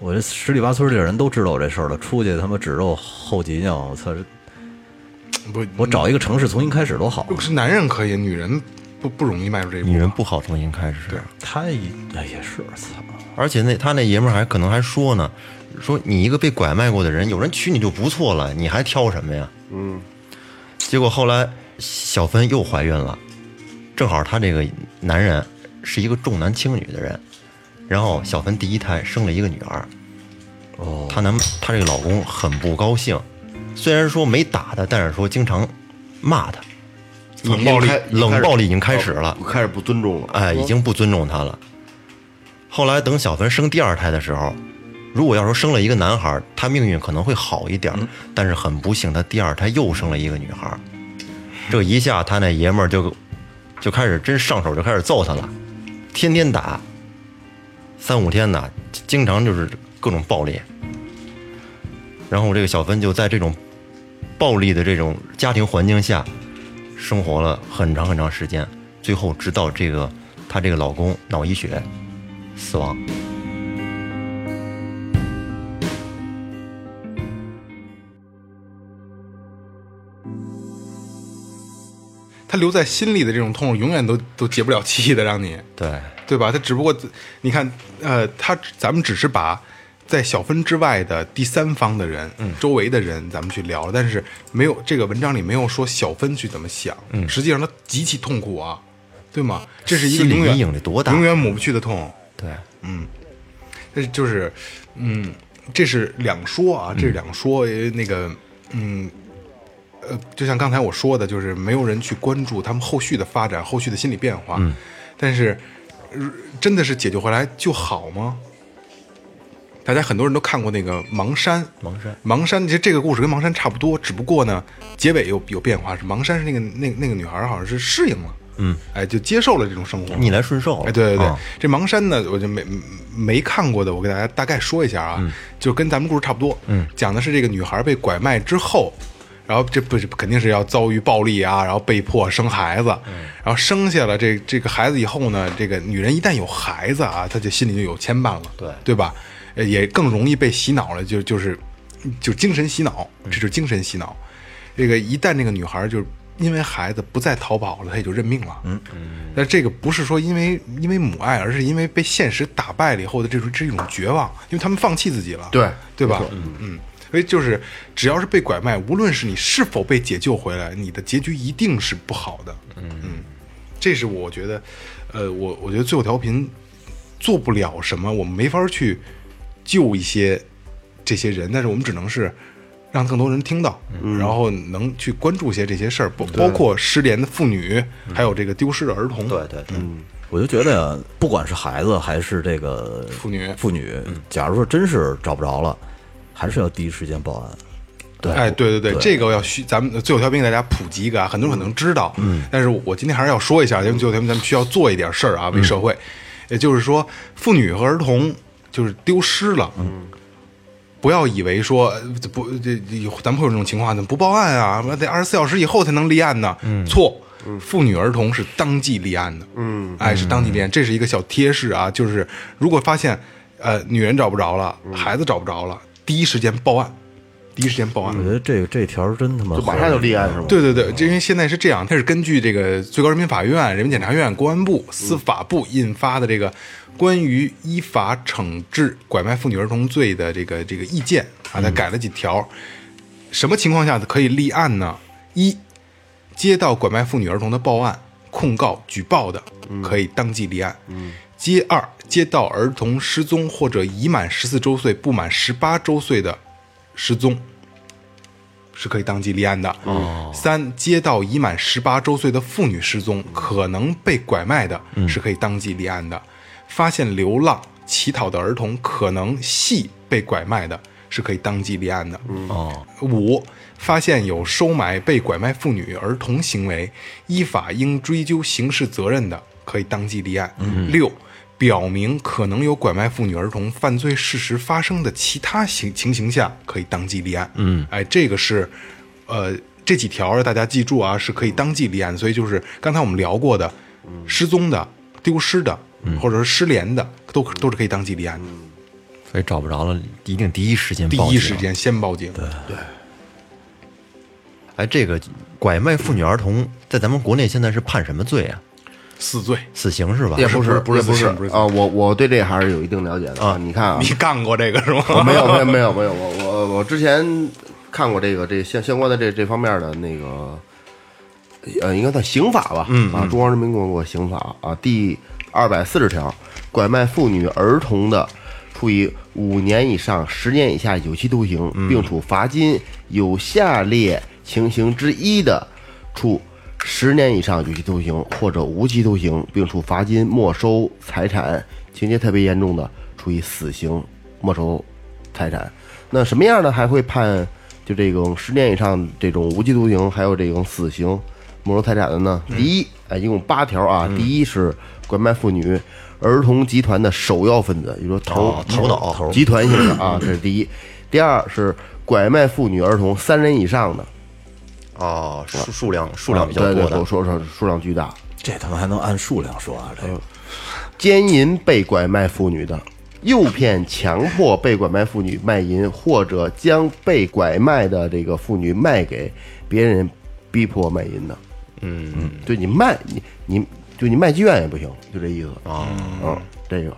[SPEAKER 6] 我这十里八村里的人都知道我这事儿了，出去他妈指着我后脊梁，我操！这
[SPEAKER 4] 不，
[SPEAKER 6] 我找一个城市重新开始多好啊！
[SPEAKER 4] 是男人可以，女人不不容易迈出这一步。
[SPEAKER 1] 女人不好重新开始。
[SPEAKER 4] 对
[SPEAKER 6] 他也哎也是，操！
[SPEAKER 1] 而且那他那爷们儿还可能还说呢，说你一个被拐卖过的人，有人娶你就不错了，你还挑什么呀？嗯。结果后来小芬又怀孕了，正好她这个男人是一个重男轻女的人，然后小芬第一胎生了一个女儿。哦。她男她这个老公很不高兴，虽然说没打她，但是说经常骂她，
[SPEAKER 4] 冷暴力
[SPEAKER 1] 已经开冷暴力已经开始了。
[SPEAKER 5] 我哦开始不尊重了，
[SPEAKER 1] 哎，已经不尊重他了。后来等小芬生第二胎的时候，如果要说生了一个男孩，她命运可能会好一点儿，但是很不幸，她第二胎又生了一个女孩。这一下，她那爷们儿就就开始真上手，就开始揍她了，天天打，三五天的，经常就是各种暴力。然后这个小芬就在这种暴力的这种家庭环境下，生活了很长很长时间，最后直到这个她这个老公脑溢血死亡。
[SPEAKER 4] 她留在心里的这种痛，永远都都解不了气的，让你
[SPEAKER 1] 对，
[SPEAKER 4] 对吧？她只不过你看，呃，她咱们只是把在小分之外的第三方的人、
[SPEAKER 1] 嗯
[SPEAKER 4] 周围的人，咱们去聊了，但是没有这个文章里没有说小分去怎么想，
[SPEAKER 1] 嗯
[SPEAKER 4] 实际上她极其痛苦啊，对吗？这是一个
[SPEAKER 1] 心理
[SPEAKER 4] 永远
[SPEAKER 1] 阴影得多大
[SPEAKER 4] 永远抹不去的痛。嗯
[SPEAKER 1] 对，
[SPEAKER 4] 但是就是，嗯，这是两说啊，这是两说。呃那个，嗯，呃，就像刚才我说的，就是没有人去关注他们后续的发展、后续的心理变化。嗯，但是、呃真的是解决回来就好吗？大家很多人都看过那个《盲山》，
[SPEAKER 1] 盲山，
[SPEAKER 4] 盲山，其实这个故事跟《盲山》差不多，只不过呢，结尾有有变化。是盲山是那个那那个女孩好像是适应了，嗯，哎，就接受了这种生活，
[SPEAKER 1] 逆来顺受了。
[SPEAKER 4] 哎，对对对，
[SPEAKER 1] 啊
[SPEAKER 4] 这盲山呢，我就没没看过的，我给大家大概说一下啊，就跟咱们故事差不多，嗯，讲的是这个女孩被拐卖之后，然后这不是肯定是要遭遇暴力啊，然后被迫生孩子，然后生下了这这个孩子以后呢，这个女人一旦有孩子啊，她就心里就有牵绊了，对对吧？呃也更容易被洗脑了，就就是就精神洗脑，这就是精神洗脑。这个一旦这个女孩就是因为孩子不再逃跑了，她也就认命了。嗯嗯。但这个不是说因为因为母爱，而是因为被现实打败了以后的这种这种绝望，因为他们放弃自己了。
[SPEAKER 5] 对
[SPEAKER 4] 对吧？嗯嗯。所以就是只要是被拐卖，无论是你是否被解救回来，你的结局一定是不好的。嗯，这是我觉得，呃，我我觉得最后调频做不了什么，我们没法去救一些这些人，但是我们只能是让更多人听到，然后能去关注一些这些事儿，包包括失联的妇女，还有这个丢失的儿童。
[SPEAKER 7] 对对对，
[SPEAKER 6] 嗯我就觉得呀，不管是孩子还是这个
[SPEAKER 4] 妇女
[SPEAKER 6] 妇女，假如说真是找不着了，还是要第一时间报案。对，
[SPEAKER 4] 哎，对对对，这个要需咱们最后调频给大家普及一个啊，很多人可能知道，嗯，但是我今天还是要说一下，因为最后调频咱们需要做一点事儿啊，为社会，也就是说，妇女和儿童就是丢失了，嗯。不要以为说呃不这有咱们会有这种情况，怎么不报案啊？得二十四小时以后才能立案呢？错，妇女儿童是当即立案的。嗯，哎，是当即立案，这是一个小贴士啊，就是如果发现呃女人找不着了，孩子找不着了，第一时间报案，第一时间报案。
[SPEAKER 6] 我觉得这这条真他妈
[SPEAKER 5] 嗯就马上就立案是吗？
[SPEAKER 4] 对对对，这因为现在是这样，它是根据这个最高人民法院、人民检察院、公安部、司法部印发的这个关于依法惩治拐卖妇女儿童罪的这个这个意见啊，它改了几条。什么情况下可以立案呢？一，接到拐卖妇女儿童的报案、控告、举报的，可以当即立案。嗯。接二，接到儿童失踪或者已满十四周岁不满十八周岁的失踪，是可以当即立案的。三，接到已满十八周岁的妇女失踪，可能被拐卖的，是可以当即立案的。发现流浪乞讨的儿童可能系被拐卖的，是可以当即立案的。
[SPEAKER 1] 哦，
[SPEAKER 4] 五，发现有收买被拐卖妇女、儿童行为，依法应追究刑事责任的，可以当即立案。六，表明可能有拐卖妇女、儿童犯罪事实发生的其他情情形下，可以当即立案。嗯，哎，这个是，呃，这几条大家记住啊，是可以当即立案。所以就是刚才我们聊过的，失踪的、丢失的，或者是失联的，都可都是可以当即立案的。
[SPEAKER 1] 所以找不着了，一定第一时间
[SPEAKER 4] 第
[SPEAKER 1] 报警。
[SPEAKER 4] 一时间先报警。对。
[SPEAKER 1] 哎，这个拐卖妇女儿童在咱们国内现在是判什么罪啊？
[SPEAKER 4] 四罪。
[SPEAKER 1] 死刑是吧？
[SPEAKER 5] 也不是，
[SPEAKER 4] 不是
[SPEAKER 5] 也
[SPEAKER 4] 自
[SPEAKER 5] 不是
[SPEAKER 4] 信不是自信
[SPEAKER 5] 啊！我我对这还是有一定了解的啊！你看啊，
[SPEAKER 4] 你干过这个是吗？
[SPEAKER 5] 我哦没有，没有，没有，没有。我我我之前看过这个这相相关的这这方面的那个，呃，应该算刑法吧？嗯啊，《中华人民共和国刑法》啊，第二百四十条，拐卖妇女儿童的，处以五年以上十年以下有期徒刑，并处罚金。有下列情形之一的，处十年以上有期徒刑或者无期徒刑，并处罚金、没收财产；情节特别严重的，处以死刑、没收财产。那什么样的还会判就这种十年以上这种无期徒刑，还有这种死刑、没收财产的呢？
[SPEAKER 1] 嗯
[SPEAKER 5] 第一，哎，一共八条啊。第一是拐卖妇女、儿童集团的首要分子，也就是说头、
[SPEAKER 1] 哦
[SPEAKER 5] 头脑集团性的啊，这是第一。第二是拐卖妇女、儿童三人以上的，
[SPEAKER 1] 哦，数数量数量比较
[SPEAKER 5] 对对
[SPEAKER 1] 多的
[SPEAKER 5] 对，数量数量巨大。
[SPEAKER 6] 这他妈还能按数量说啊？这
[SPEAKER 5] 嗯
[SPEAKER 6] 个
[SPEAKER 5] 奸淫被拐卖妇女的，诱骗、强迫被拐卖妇女卖淫，或者将被拐卖的这个妇女卖给别人，逼迫卖淫的。嗯，对你卖你你就你卖妓院也不行，就这意思啊。嗯，这个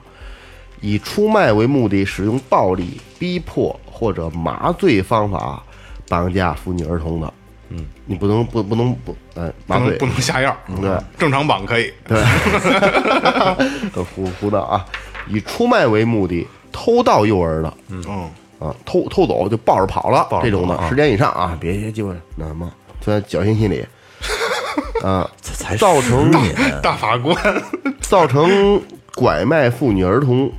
[SPEAKER 5] 以出卖为目的，使用暴力、逼迫或者麻醉方法绑架妇女儿童的。嗯，你不能不不能不呃
[SPEAKER 4] 不
[SPEAKER 5] 麻醉
[SPEAKER 4] 能不能下药，嗯
[SPEAKER 5] 对，
[SPEAKER 4] 正常绑可以。
[SPEAKER 5] 呃胡胡闹啊，以出卖为目的偷盗幼儿的，嗯
[SPEAKER 4] 嗯，
[SPEAKER 5] 啊，偷偷走就抱着跑了这种的，十年以上啊，别别鸡巴那什么，存在侥幸心理，
[SPEAKER 6] 才才
[SPEAKER 5] 造成
[SPEAKER 6] 10年，
[SPEAKER 4] 大法官，
[SPEAKER 5] 造成拐卖妇女儿童，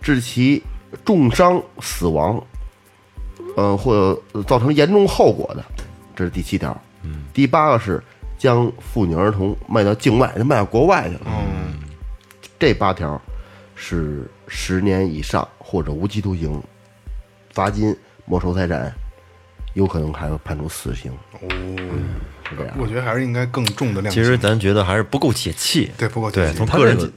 [SPEAKER 5] 致其重伤死亡，呃，或者造成严重后果的，这是第七条。嗯，第八个是将妇女儿童卖到境外，卖到国外去了。嗯，这八条是十年以上或者无期徒刑、罚金、没收财产，有可能还会判处死刑。
[SPEAKER 4] 哦我觉得还是应该更重的量刑。
[SPEAKER 1] 其实咱觉得还是不够解气。
[SPEAKER 4] 对不够解
[SPEAKER 1] 对，
[SPEAKER 4] 气
[SPEAKER 1] 从
[SPEAKER 6] 他
[SPEAKER 1] 个
[SPEAKER 6] 这
[SPEAKER 1] 人
[SPEAKER 6] 个，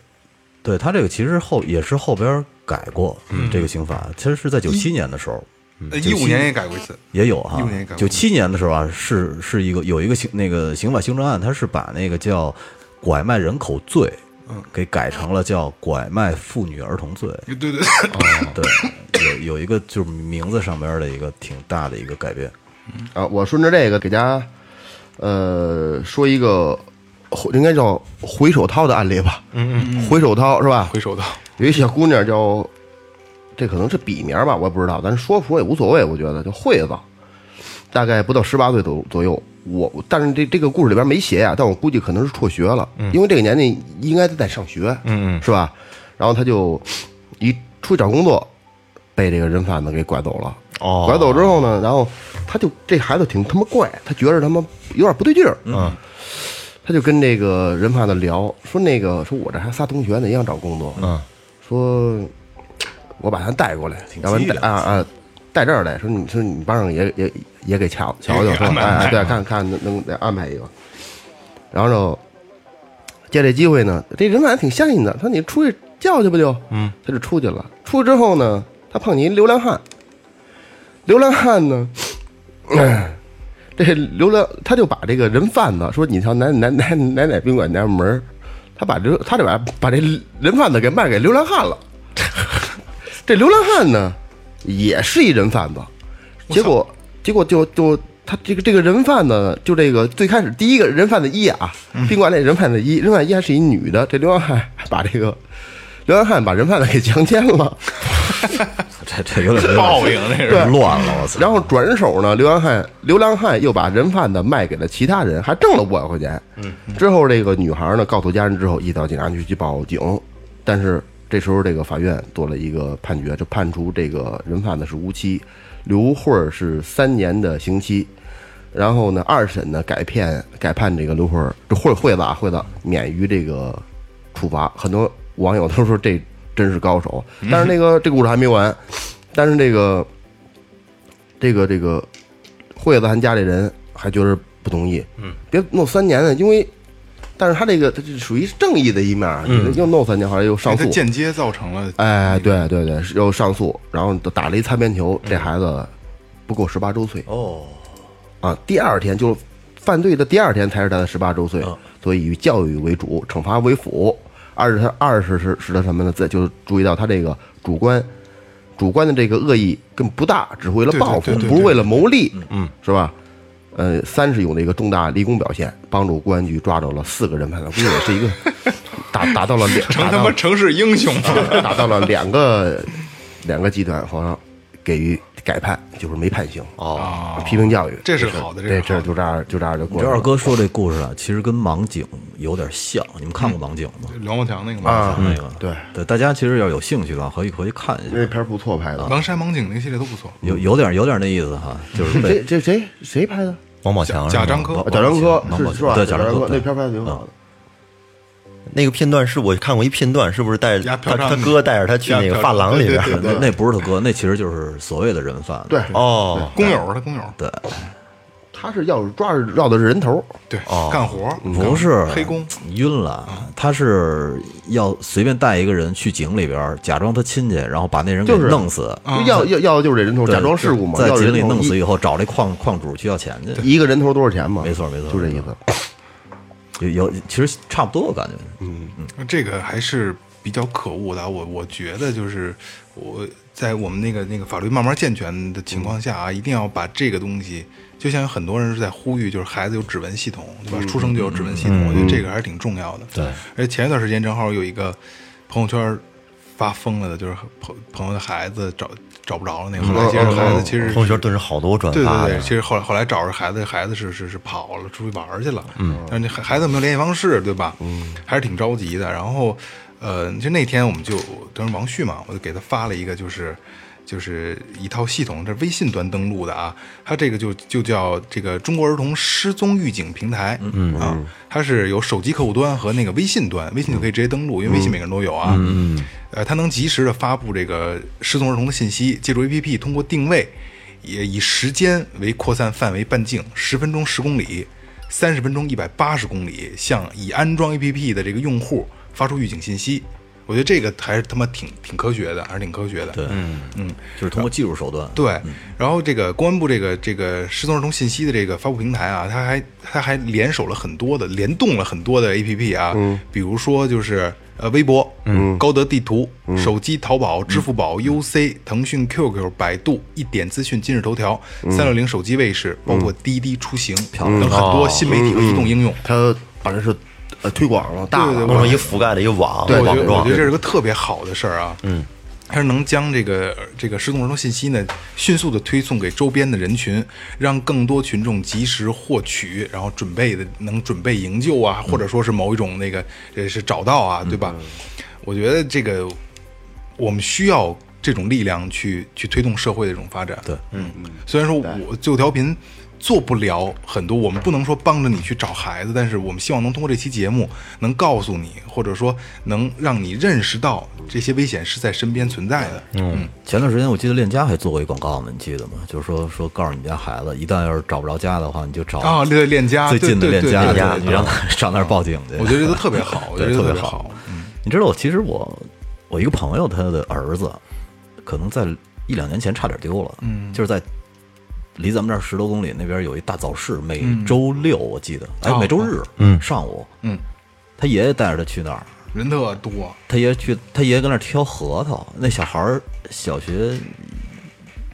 [SPEAKER 6] 对他这个其实后也是后边改过
[SPEAKER 5] 嗯
[SPEAKER 6] 这个刑法，其实是在九七年的时候。
[SPEAKER 4] 呃一五年也改过一次，
[SPEAKER 6] 也有哈
[SPEAKER 4] 15年也改，过
[SPEAKER 6] 九七年的时候啊，是是一个有一个刑那个刑法修正案，它是把那个叫拐卖人口罪给改成了叫拐卖妇女儿童罪。
[SPEAKER 4] 对对对，
[SPEAKER 6] 对，有有一个就是名字上边的一个挺大的一个改变。
[SPEAKER 5] 啊，我顺着这个给大家，呃，说一个回应该叫回手掏的案例吧。嗯嗯，回手掏是吧？
[SPEAKER 4] 回首到
[SPEAKER 5] 有一小姑娘叫，这可能是笔名吧，我也不知道，咱说不说也无所谓，我觉得叫惠子，大概不到十八岁左左右。我但是这这个故事里边没写啊呀、但我估计可能是辍学了，因为这个年纪应该在上学，嗯，是吧？然后她就一出去找工作，被这个人贩子给拐走了。
[SPEAKER 1] 哦
[SPEAKER 5] 拐走之后呢，然后他就这孩子挺他妈怪，他觉着他妈有点不对劲儿，嗯，他就跟这个人贩子聊，说那个说我这还仨同学呢，一样找工作，嗯，说我把他带过来，要不然带啊啊带这儿来，说你说你班上也也也给瞧瞧瞧，说
[SPEAKER 4] 安排
[SPEAKER 5] 哎
[SPEAKER 4] 安
[SPEAKER 5] 哎
[SPEAKER 4] 排
[SPEAKER 5] 对，看看能能得安排一个，然后借这机会呢，这人贩子挺相信的，他说你出去叫去不就，嗯，他就出去了，出去之后呢，他碰见一流浪汉。流浪汉呢，哎这流浪他就把这个人贩子说你瞧哪哪哪哪哪宾馆哪门儿他把这他就把把这人贩子给卖给流浪汉了。这流浪汉呢，也是一人贩子，结果结果就就他这个这个人贩子呢就这个最开始第一个人贩子一啊，宾馆里人贩子一，人贩子一还是一女的，这流浪汉把这个流浪汉把人贩子给强奸了。
[SPEAKER 6] 这这有点有点
[SPEAKER 4] 报应那是。
[SPEAKER 6] 乱了，我操！
[SPEAKER 5] 然后转手呢，流浪汉流浪汉又把人贩子卖给了其他人，还挣了五万块钱。嗯，之后这个女孩呢，告诉家人之后，一到警察局去报警，但是这时候这个法院做了一个判决，就判处这个人贩子是无期，刘慧儿是三年的刑期。然后呢，二审呢改判改判这个刘慧儿，这慧惠子啊惠子免于这个处罚。很多网友都说这真是高手，但是那个这故事还没完，但是这个这个这个惠子他们家里人还觉得不同意，嗯，别弄三年呢，因为，但是他这个他这属于正义的一面儿，啊又弄三年，后来又上
[SPEAKER 4] 它
[SPEAKER 5] 诉，
[SPEAKER 4] 间接造成了
[SPEAKER 5] 哎，对对对，是又上诉，然后打了一擦边球，这孩子不够十八周岁哦，啊，第二天就犯罪的第二天才是他的十八周岁，
[SPEAKER 4] 嗯
[SPEAKER 5] 所以以教育为主，惩罚为辅。二是他二是是使得什么呢？这就是注意到他这个主观。主观的这个恶意更不大，只是为了
[SPEAKER 4] 对对
[SPEAKER 5] 报复，
[SPEAKER 4] 对对
[SPEAKER 5] 不是为了谋利，嗯，是吧？呃，三是有那个重大立功表现，帮助公安局抓着了四个人，判估计也是一个 达达到了两
[SPEAKER 4] 成
[SPEAKER 5] 达
[SPEAKER 4] 他妈
[SPEAKER 5] 到了
[SPEAKER 4] 城市英雄了。
[SPEAKER 5] 达到了两个两个集团，好像给予改判，就是没判刑哦，批评教育，
[SPEAKER 4] 这是好的这
[SPEAKER 5] 这
[SPEAKER 4] 是
[SPEAKER 5] 这
[SPEAKER 4] 好
[SPEAKER 5] 就这样就这样就
[SPEAKER 6] 你
[SPEAKER 5] 过
[SPEAKER 6] 知
[SPEAKER 5] 去
[SPEAKER 6] 道
[SPEAKER 5] 了。
[SPEAKER 6] 二哥说这故事啊，其实跟盲井有点像。你们看过盲井吗？
[SPEAKER 4] 梁国强那个嘛，
[SPEAKER 6] 那个
[SPEAKER 5] 对
[SPEAKER 6] 对，大家其实要有兴趣的话，可以回去看一下
[SPEAKER 5] 那，片儿不错拍的，
[SPEAKER 4] 狼山盲井那系列都不错。
[SPEAKER 6] 有有点有点那意思哈，就 是被
[SPEAKER 5] 谁这谁谁拍的？
[SPEAKER 1] 王宝强是
[SPEAKER 4] 贾
[SPEAKER 1] 吗
[SPEAKER 4] 樟柯
[SPEAKER 6] 王
[SPEAKER 5] 啊贾樟柯
[SPEAKER 6] 王宝
[SPEAKER 5] 是
[SPEAKER 6] 强
[SPEAKER 5] 是吧？
[SPEAKER 6] 对
[SPEAKER 5] 贾
[SPEAKER 6] 贾樟柯
[SPEAKER 5] 柯嗯
[SPEAKER 6] 对
[SPEAKER 5] 那片儿拍的挺好的。
[SPEAKER 1] 那个片段是我看过一片段，是不是带
[SPEAKER 4] 压
[SPEAKER 1] 他
[SPEAKER 4] 嫖
[SPEAKER 1] 他
[SPEAKER 4] 娼
[SPEAKER 1] 哥带着他去那
[SPEAKER 4] 压
[SPEAKER 1] 个
[SPEAKER 4] 嫖娼
[SPEAKER 1] 发廊里边？
[SPEAKER 4] 对对
[SPEAKER 6] 那那不是他哥，那其实就是所谓的人贩。
[SPEAKER 5] 对，
[SPEAKER 1] 哦，
[SPEAKER 4] 工友，他工友，
[SPEAKER 6] 对，
[SPEAKER 5] 他是要抓着绕的是人头，
[SPEAKER 4] 对，干活
[SPEAKER 6] 不是
[SPEAKER 4] 黑工，
[SPEAKER 6] 晕
[SPEAKER 5] 啊
[SPEAKER 6] 了，他是要随便带一个人去井里边，假装他亲戚，然后把那人给
[SPEAKER 5] 就是
[SPEAKER 6] 弄死，
[SPEAKER 4] 啊
[SPEAKER 5] 就要要要的就是这人头，
[SPEAKER 6] 对
[SPEAKER 5] 假装事故嘛，
[SPEAKER 6] 在
[SPEAKER 5] 要
[SPEAKER 6] 井
[SPEAKER 5] 人
[SPEAKER 6] 里
[SPEAKER 5] 头
[SPEAKER 6] 弄死
[SPEAKER 5] 一
[SPEAKER 6] 以后，找那矿矿主去要钱去。
[SPEAKER 5] 一个人头多少钱嘛？
[SPEAKER 6] 没错没错
[SPEAKER 5] 就这意思。
[SPEAKER 6] 有有，其实差不多，我感觉。
[SPEAKER 5] 嗯
[SPEAKER 4] 这个还是比较可恶的啊。我我觉得就是我在我们那个那个法律慢慢健全的情况下啊，一定要把这个东西，就像有很多人是在呼吁，就是孩子有指纹系统，对吧？出生就有指纹系统，我觉得这个还是挺重要的。对，而且前一段时间正好有一个朋友圈发疯了的，就是朋朋友的孩子找找不着了，那个后来其实孩子其实
[SPEAKER 1] 朋友圈顿时好多转
[SPEAKER 4] 对
[SPEAKER 1] 发
[SPEAKER 4] 对
[SPEAKER 1] 的
[SPEAKER 4] 对，，其实后来后来找着孩子，孩子是是是跑了出去玩儿去了，嗯，但是那孩孩子没有联系方式，对吧？嗯，还是挺着急的。然后，呃，就那天我们就当时王旭嘛，我就给他发了一个，就是就是一套系统，这是微信端登录的啊，它这个就就叫这个中国儿童失踪预警平台，嗯啊，它是有手机客户端和那个微信端，微信就可以直接登录，因为微信每个人都有啊，嗯，呃，它能及时的发布这个失踪儿童的信息，借助 APP 通过定位。也以时间为扩散范围半径，十分钟十公里，三十分钟一百八十公里，向已安装 APP 的这个用户发出预警信息。我觉得这个还是他妈挺挺科学的，还是挺科学的。对，
[SPEAKER 5] 嗯
[SPEAKER 6] 就是通过技术手段。
[SPEAKER 4] 对，然后这个公安部这个这个失踪儿童信息的这个发布平台啊，它还它还联手了很多的，联动了很多的 APP 啊，比如说就是呃微博、嗯、高德地图、手机淘宝、支付宝、UC、腾讯 QQ、百度、一点资讯、今日头条、三六零手机卫士，包括滴滴出行等很多新媒体和移动应用。
[SPEAKER 5] 它把这是呃推广了，大
[SPEAKER 4] 对
[SPEAKER 5] 了
[SPEAKER 4] 对
[SPEAKER 1] 弄成一个覆盖的一个网
[SPEAKER 4] 我觉
[SPEAKER 1] 网
[SPEAKER 4] 得我
[SPEAKER 1] 状
[SPEAKER 4] 觉，得这是个特别好的事儿啊。嗯，它是能将这个这个失踪儿童信息呢，迅速的推送给周边的人群，让更多群众及时获取，然后准备的能准备营救啊，或者说是某一种那个呃是找到啊，对吧？我觉得这个我们需要这种力量去去推动社会的这种发展。对，嗯，虽然说我最后调频做不了很多，我们不能说帮着你去找孩子，但是我们希望能通过这期节目，能告诉你，或者说能让你认识到这些危险是在身边存在的。嗯，
[SPEAKER 6] 前段时间我记得链家还做过一广告呢，你记得吗？就是说说告诉你们家孩子，一旦要是找不着家的话，你就找
[SPEAKER 5] 哦
[SPEAKER 4] 啊，这个链家
[SPEAKER 6] 最近的
[SPEAKER 4] 对
[SPEAKER 6] 链
[SPEAKER 4] 对
[SPEAKER 6] 家
[SPEAKER 4] 对对，对
[SPEAKER 6] 你让他 上那儿报警去。
[SPEAKER 4] 我觉得这都特别好，我觉得
[SPEAKER 6] 对
[SPEAKER 4] 这都
[SPEAKER 6] 特
[SPEAKER 4] 特别
[SPEAKER 6] 别好
[SPEAKER 4] 好。
[SPEAKER 6] 你知道我其实我我一个朋友他的儿子，可能在一两年前差点丢了，嗯，就是在离咱们这儿十多公里那边有一大早市，每周六我记得，哎，每周日，嗯，上午，
[SPEAKER 4] 哦嗯，
[SPEAKER 6] 他爷爷带着他去那儿，
[SPEAKER 4] 人特多，
[SPEAKER 6] 他爷爷去，他爷爷跟那儿挑核桃，那小孩儿小学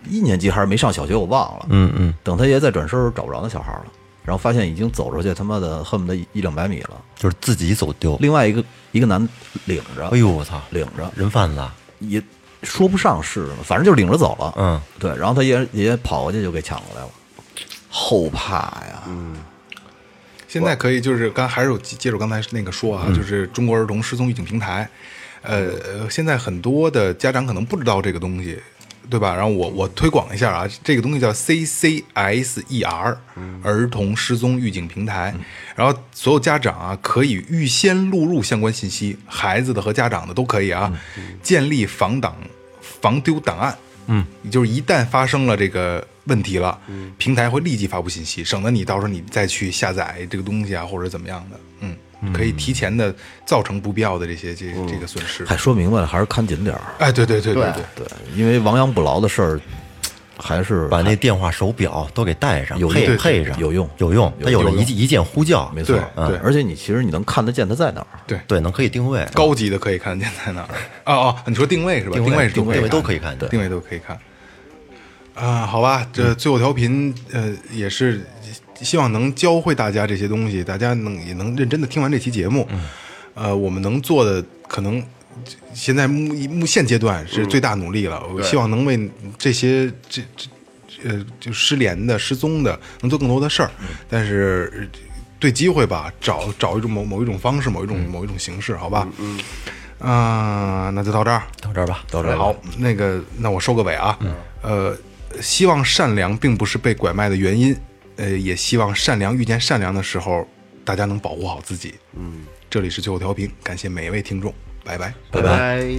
[SPEAKER 6] 一年级还是没上小学，我忘了，嗯嗯，等他爷爷再转身儿找不着那小孩儿了，然后发现已经走出去他妈的恨不得一一两百米了，
[SPEAKER 1] 就是自己走丢。
[SPEAKER 6] 另外一个一个男的领着，
[SPEAKER 1] 哎呦我操，
[SPEAKER 6] 领着。
[SPEAKER 1] 人贩子啊，
[SPEAKER 6] 也说不上是什么，反正就是领着走了。
[SPEAKER 1] 嗯，
[SPEAKER 6] 对，然后他爷爷爷跑过去就给抢过来了，后怕呀。
[SPEAKER 1] 嗯
[SPEAKER 4] 现在可以就是刚还是有接着刚才那个说啊，就是中国儿童失踪预警平台，呃，呃现在很多的家长可能不知道这个东西，对吧？然后我我推广一下啊，这个东西叫 CCSER E 儿童失踪预警平台，然后所有家长啊可以预先录入相关信息，孩子的和家长的都可以啊，建立防挡防丢档案。嗯，就是一旦发生了这个问题了，平台会立即发布信息，省得你到时候你再去下载这个东西啊，或者怎么样的，嗯，可以提前的造成不必要的这些这这个损失。
[SPEAKER 6] 还说明白了，还是看紧点儿，
[SPEAKER 4] 哎，对对对嗯对对，
[SPEAKER 6] 对，因为亡羊补牢的事儿，还是
[SPEAKER 1] 把那电话手表都给带上，
[SPEAKER 6] 有用
[SPEAKER 1] 配
[SPEAKER 6] 对
[SPEAKER 1] 配上，
[SPEAKER 6] 有用
[SPEAKER 1] 有用。它有了
[SPEAKER 4] 有
[SPEAKER 1] 一一键呼叫，
[SPEAKER 6] 没错
[SPEAKER 4] 对，
[SPEAKER 6] 嗯
[SPEAKER 4] 对
[SPEAKER 6] 而且你其实你能看得见他在哪儿，
[SPEAKER 1] 对，能可以定位。
[SPEAKER 4] 高级的可以看得见在哪儿。哦哦，你说定位是吧？定位是
[SPEAKER 1] 定
[SPEAKER 4] 可以
[SPEAKER 1] 位
[SPEAKER 4] 看
[SPEAKER 1] 都可以看嗯
[SPEAKER 4] 的
[SPEAKER 1] 见。
[SPEAKER 4] 定位都可以看。啊，好吧，这最后调频，呃，也是希望能教会大家这些东西，大家能也能认真的听完这期节
[SPEAKER 1] 嗯
[SPEAKER 4] 目。呃，我们能做的可能现在目目现阶段
[SPEAKER 1] 嗯
[SPEAKER 4] 是最大努力了，我希望能为这些这这呃就失联的、失踪的能做更多的事儿，
[SPEAKER 1] 嗯
[SPEAKER 4] 但是。呃对机会吧，找找一种某某一种方式，某一种
[SPEAKER 1] 嗯
[SPEAKER 4] 某一种形式，好吧？嗯，啊、那就到这儿，
[SPEAKER 1] 到这儿吧，
[SPEAKER 6] 到这儿吧嗯
[SPEAKER 4] 好，那个，那我收个尾啊。呃，希望善良并不是被拐卖的原因，呃，也希望善良遇见善良的时候，大家能保护好自己。嗯，这里是最后调频，感谢每一位听众，拜拜。
[SPEAKER 5] 拜拜。